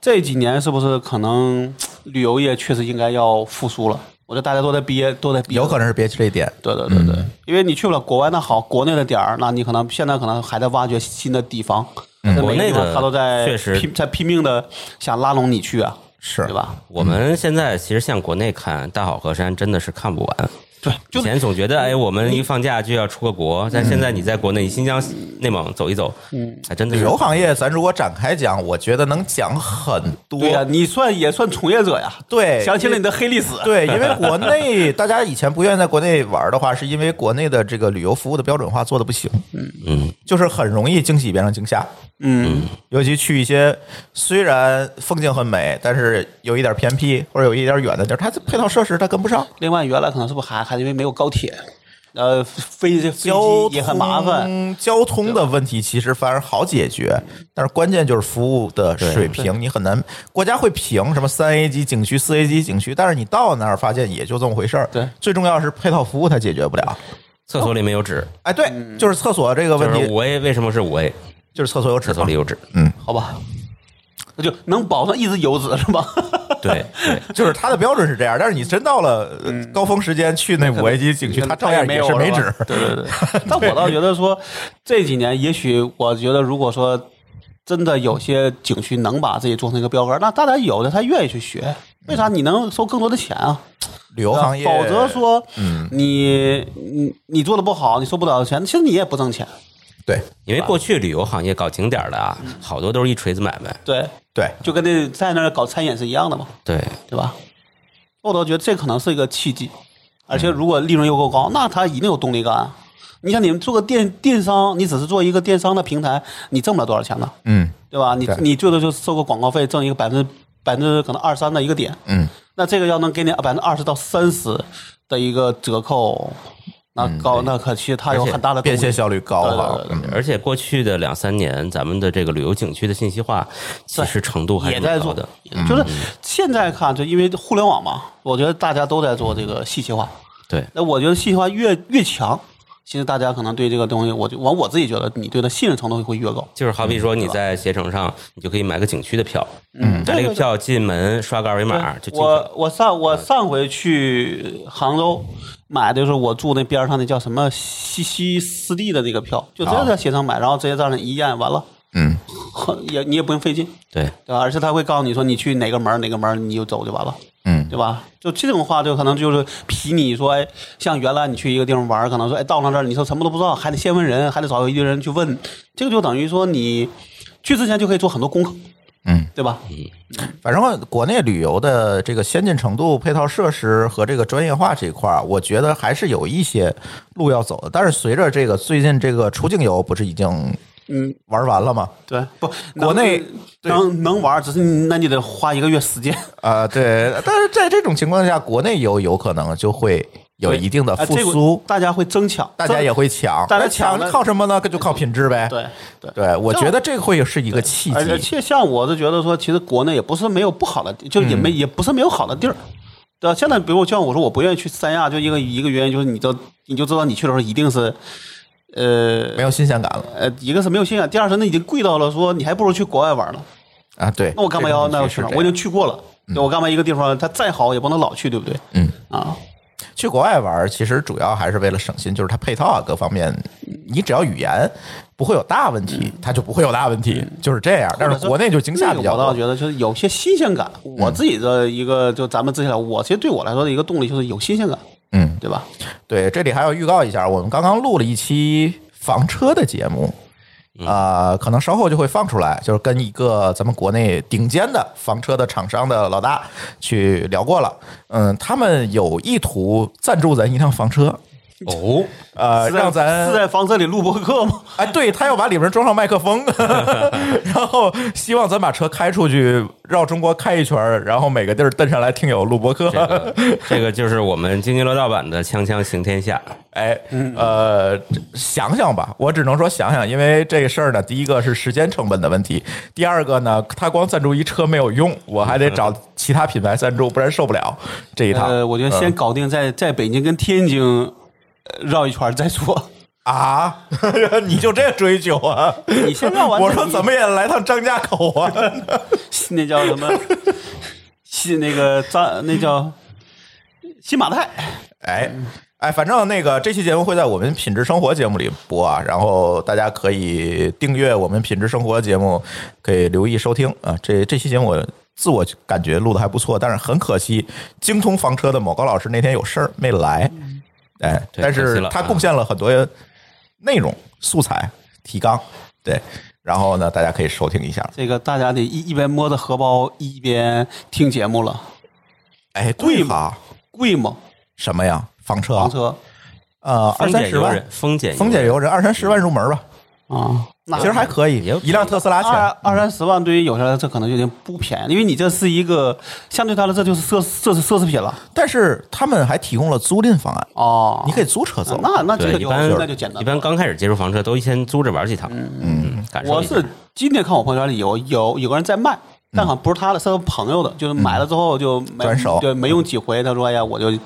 C: 这几年是不是可能旅游业确实应该要复苏了？我觉得大家都在憋，都在憋。
A: 有可能是憋屈这一点。
C: 对对对对，
B: 嗯
C: 因为你去不了国外，那好，国内的点儿，那你可能现在可能还在挖掘新的地方，那
B: 嗯
C: 每个地
B: 国内
C: 方
B: 的
C: 他都在
B: 确实
C: 拼在拼命的想拉拢你去啊，
A: 是
C: 对吧？
B: 我们现在其实向国内看大好河山，真的是看不完。
C: 对，
B: 以
C: 就
B: 前总觉得，哎，我们一放假就要出个国，但现在你在国内，你新疆、内蒙走一走，还真的
A: 旅
B: 是
A: 游行业，咱如果展开讲，我觉得能讲很多。
C: 对呀、你算也算从业者呀，
A: 对
C: 想起了你的黑历史，
A: 对，因为国内大家以前不愿意在国内玩的话，是因为国内的这个旅游服务的标准化做的不行，
B: 嗯，
A: 就是很容易惊喜变成惊吓。
C: 嗯，
A: 尤其去一些虽然风景很美，但是有一点偏僻或者有一点远的地儿，它这配套设施它跟不上，
C: 另外，原来可能是不是还还因为没有高铁，呃，飞机飞
A: 交
C: 机也很麻烦。
A: 通。交通的问题其实反而好解决，但是关键就是服务的水平，你很难。国家会评什么三 A 级景区、四 A 级景区，但是你到那儿发现也就这么回事儿。
C: 对
A: 最重要是配套服务它解决不了。
B: 厕所里没有纸，
A: 哎，对，
C: 嗯
A: 就是厕所这个问
B: 就
A: 题，
B: 是五 A 为什么是五 A？
A: 就是厕所有纸
B: 厕所
A: 嘛 [laughs]
B: 里。有纸，
C: 好吧，那就能保证一直有纸
A: [laughs]
C: 是吧？
B: 对对。
A: 就是它的标准是这样，但是你真到了呃
C: 嗯
A: 高峰时间去那五 A 级景区，它照样
C: 没
A: 也
C: 有
A: 是没
C: 吧
A: 纸。
C: 对对对，
A: [laughs]
C: 但我倒觉得说这几年，也许我觉得如果说真的有些景区能把自己做成一个标杆，那大家有的他愿意去学，为啥你能收更多的钱啊？
A: 旅游
C: 对
A: 嗯
C: 吧
A: 行业，嗯
C: 否则说，你你你做的不好，你收不了钱，其实你也不挣钱。
A: 对
B: 因为过去旅游行业搞景点儿的啊，
C: 嗯
B: 好多都是一锤子买卖。
C: 对，
A: 对，
C: 就跟那在那儿搞餐饮是一样的嘛。
B: 对，
C: 对吧？我倒觉得这可能是一个契机，而且如果利润又够高，那他一定有动力干啊。你像你们做个电电商，你只是做一个电商的平台，你挣不了多少钱的，
A: 嗯
C: 对吧？你
A: 对
C: 你最多就收个广告费，挣一个百分之百分之可能二三的一个点，
A: 嗯，
C: 那这个要能给你百分之二十到三十的一个折扣，那高、那可其实它有很大的
A: 变
C: 动
A: 现
C: 力
A: 效率高哈
C: 对对。对
A: 嗯
B: 而且过去的两三年，咱们的这个旅游景区的信息化，其实程度还
C: 也
B: 是
C: 在
B: 蛮
C: 做
B: 高的。，嗯
C: 就是现在看，就因为互联网嘛，我觉得大家都在做这个细细化。
B: 对，
C: 那我觉得信息化越越强，其实大家可能对这个东西，我就我我自己觉得你对它信任程度会越高。
B: 就是好比说你在携程上，你就可以买个景区的票，
C: 嗯
B: 拿这个票进门刷个二维码就进去了。
C: 我我上我上回去杭州买的时候，我住那边上那叫什么西西湿地的那个票，就直
B: 啊
C: 接在携程买，然后直接在那一验完了， [laughs]
A: 嗯，
C: 很也你也不用费劲， [laughs]
B: 对，
C: 对吧？而且他会告诉你说你去哪个门儿哪个门儿你就走就完了。
A: 嗯
C: 对吧？就这种话，就可能就是皮你说，哎，像原来你去一个地方玩儿，可能说，哎，到了这儿，你说什么都不知道，还得先问人，还得找一堆人去问，这个就等于说你去之前就可以做很多功课，
A: 嗯，
C: 对吧？
A: 反正国内旅游的这个先进程度、配套设施和这个专业化这一块儿，我觉得还是有一些路要走的。但是随着这个最近这个出境游不是已经
C: 嗯，
A: 玩完了吗？
C: 对，不，
A: 国内对
C: 能能能玩儿，只是你那你得花一个月时间，
A: 啊、对。但是在这种情况下，国内游有可能就会有一定的
C: 哎
A: 复
C: 这个
A: 苏，
C: 大家会争抢，
A: 大家
C: 争
A: 也会抢。
C: 大家
A: 那抢
C: 抢了
A: 靠什么呢？就靠品质呗。
C: 对对。
A: 对，我觉得这个会是一个契
C: 而而
A: 机。
C: 且像我是觉得说，其实国内也不是没有不好的地，就是也
A: 嗯
C: 没、也不是没有好的地儿。对吧？啊现在比如像我说，我不愿意去三亚，就一个一个原因就是你都你就知道你去的时候一定是，呃
A: 没有新鲜感了
C: 呃，一个是没有新感，第二是那已经贵到了说你还不如去国外玩呢。
A: 啊！对，
C: 那我干嘛要那要去哪儿？我已经去过了，就我干嘛一个地方，它再好也不能老去，对不对？
A: 嗯
C: 啊，
A: 去国外玩，其实主要还是为了省心，就是它配套啊各方面，你只要语言不会有大问题，它就不会有大问题，就是这样。但是国内就惊吓比较
C: 我
A: 多。
C: 倒觉得 [laughs] 就是有些新鲜感。
A: 嗯
C: 我自己的一个，就咱们之前聊，我其实对我来说的一个动力就是有新鲜感，
A: 嗯，
C: 对吧？
A: 对，这里还要预告一下，我们刚刚录了一期房车的节目。
C: 嗯
A: 啊、可能稍后就会放出来，就是跟一个咱们国内顶尖的房车的厂商的老大去聊过了，嗯，他们有意图赞助咱一辆房车，
B: 哦，
A: 呃，
C: 是在
A: 让咱
C: 是在房车里录播客吗？ [laughs]
A: 哎，对他要把里面装上麦克风，然后希望咱把车开出去，绕中国开一圈儿，然后每个地儿蹬上来听友录播客。
B: 这个这个就是我们津津乐道版的《锵锵行天下》。
A: [laughs] 哎，呃，这想想吧，我只能说想想，因为这事儿呢，第一个是时间成本的问题，第二个呢，他光赞助一车没有用，我还得找其他品牌赞助，不然受不了这一
C: 呃，
A: 趟
C: 我觉得先搞定在在北京跟天津呃绕一圈儿再说。
A: 啊！ [laughs] 你就这追究啊？
C: 你先绕 [laughs] 完再，
A: 我说怎么也来趟张家口啊？
C: 你那叫什 [laughs] 么？西那个张那叫新马泰，
A: 哎。哎，反正那个这期节目会在我们品质生活节目里播啊，然后大家可以订阅我们品质生活节目，可以留意收听啊。这这期节目我自我感觉录的还不错，但是很可惜，精通房车的某高老师那天有事儿没来。哎，
B: 嗯对
A: 但
B: 可惜
A: 是
B: 了啊
A: 他贡献了很多内容素材提纲，对。然后呢，大家可以收听一下。
C: 这个大家得一一边摸着荷包一边听节目了，
A: 哎，对吧？
C: 贵吗？
A: 什么呀？房车啊？
C: 房车
A: 呃，二
B: 丰
A: 三
B: 俭
A: 十
B: 由
A: 万
B: 人，，丰俭
A: 丰俭由人，二三十万入门吧，
C: 啊，那
A: 其实还可以
B: 也有，
A: 一辆特斯拉钱。
C: 二二三十万对于有些人这可能有点不便宜，因为你这是一个相对他的这就是奢这是奢侈品了
A: 但是他们还提供了租赁方案，
C: 哦。
A: 你可以租车走。
C: 那那这
B: 对，
C: 个
B: 一
C: 就
B: 般
C: 那就简单
B: 一
C: 了。
B: 般刚开始接触房车都先租着玩几趟，嗯，感受
C: 我
B: 一下
C: 是今天看我朋友圈里有有有个人在卖，但好像不是他的，是他朋友的，就是买了之后就没
A: 嗯转手
C: 对，没用几回，他说哎呀，我就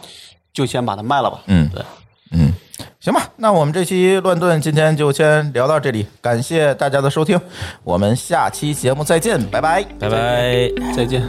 C: 就先把它卖了吧。
A: 嗯
C: 对，
A: 嗯，行吧，那我们这期乱炖今天就先聊到这里，感谢大家的收听，我们下期节目再见，拜拜。
B: 拜拜。
C: 再见。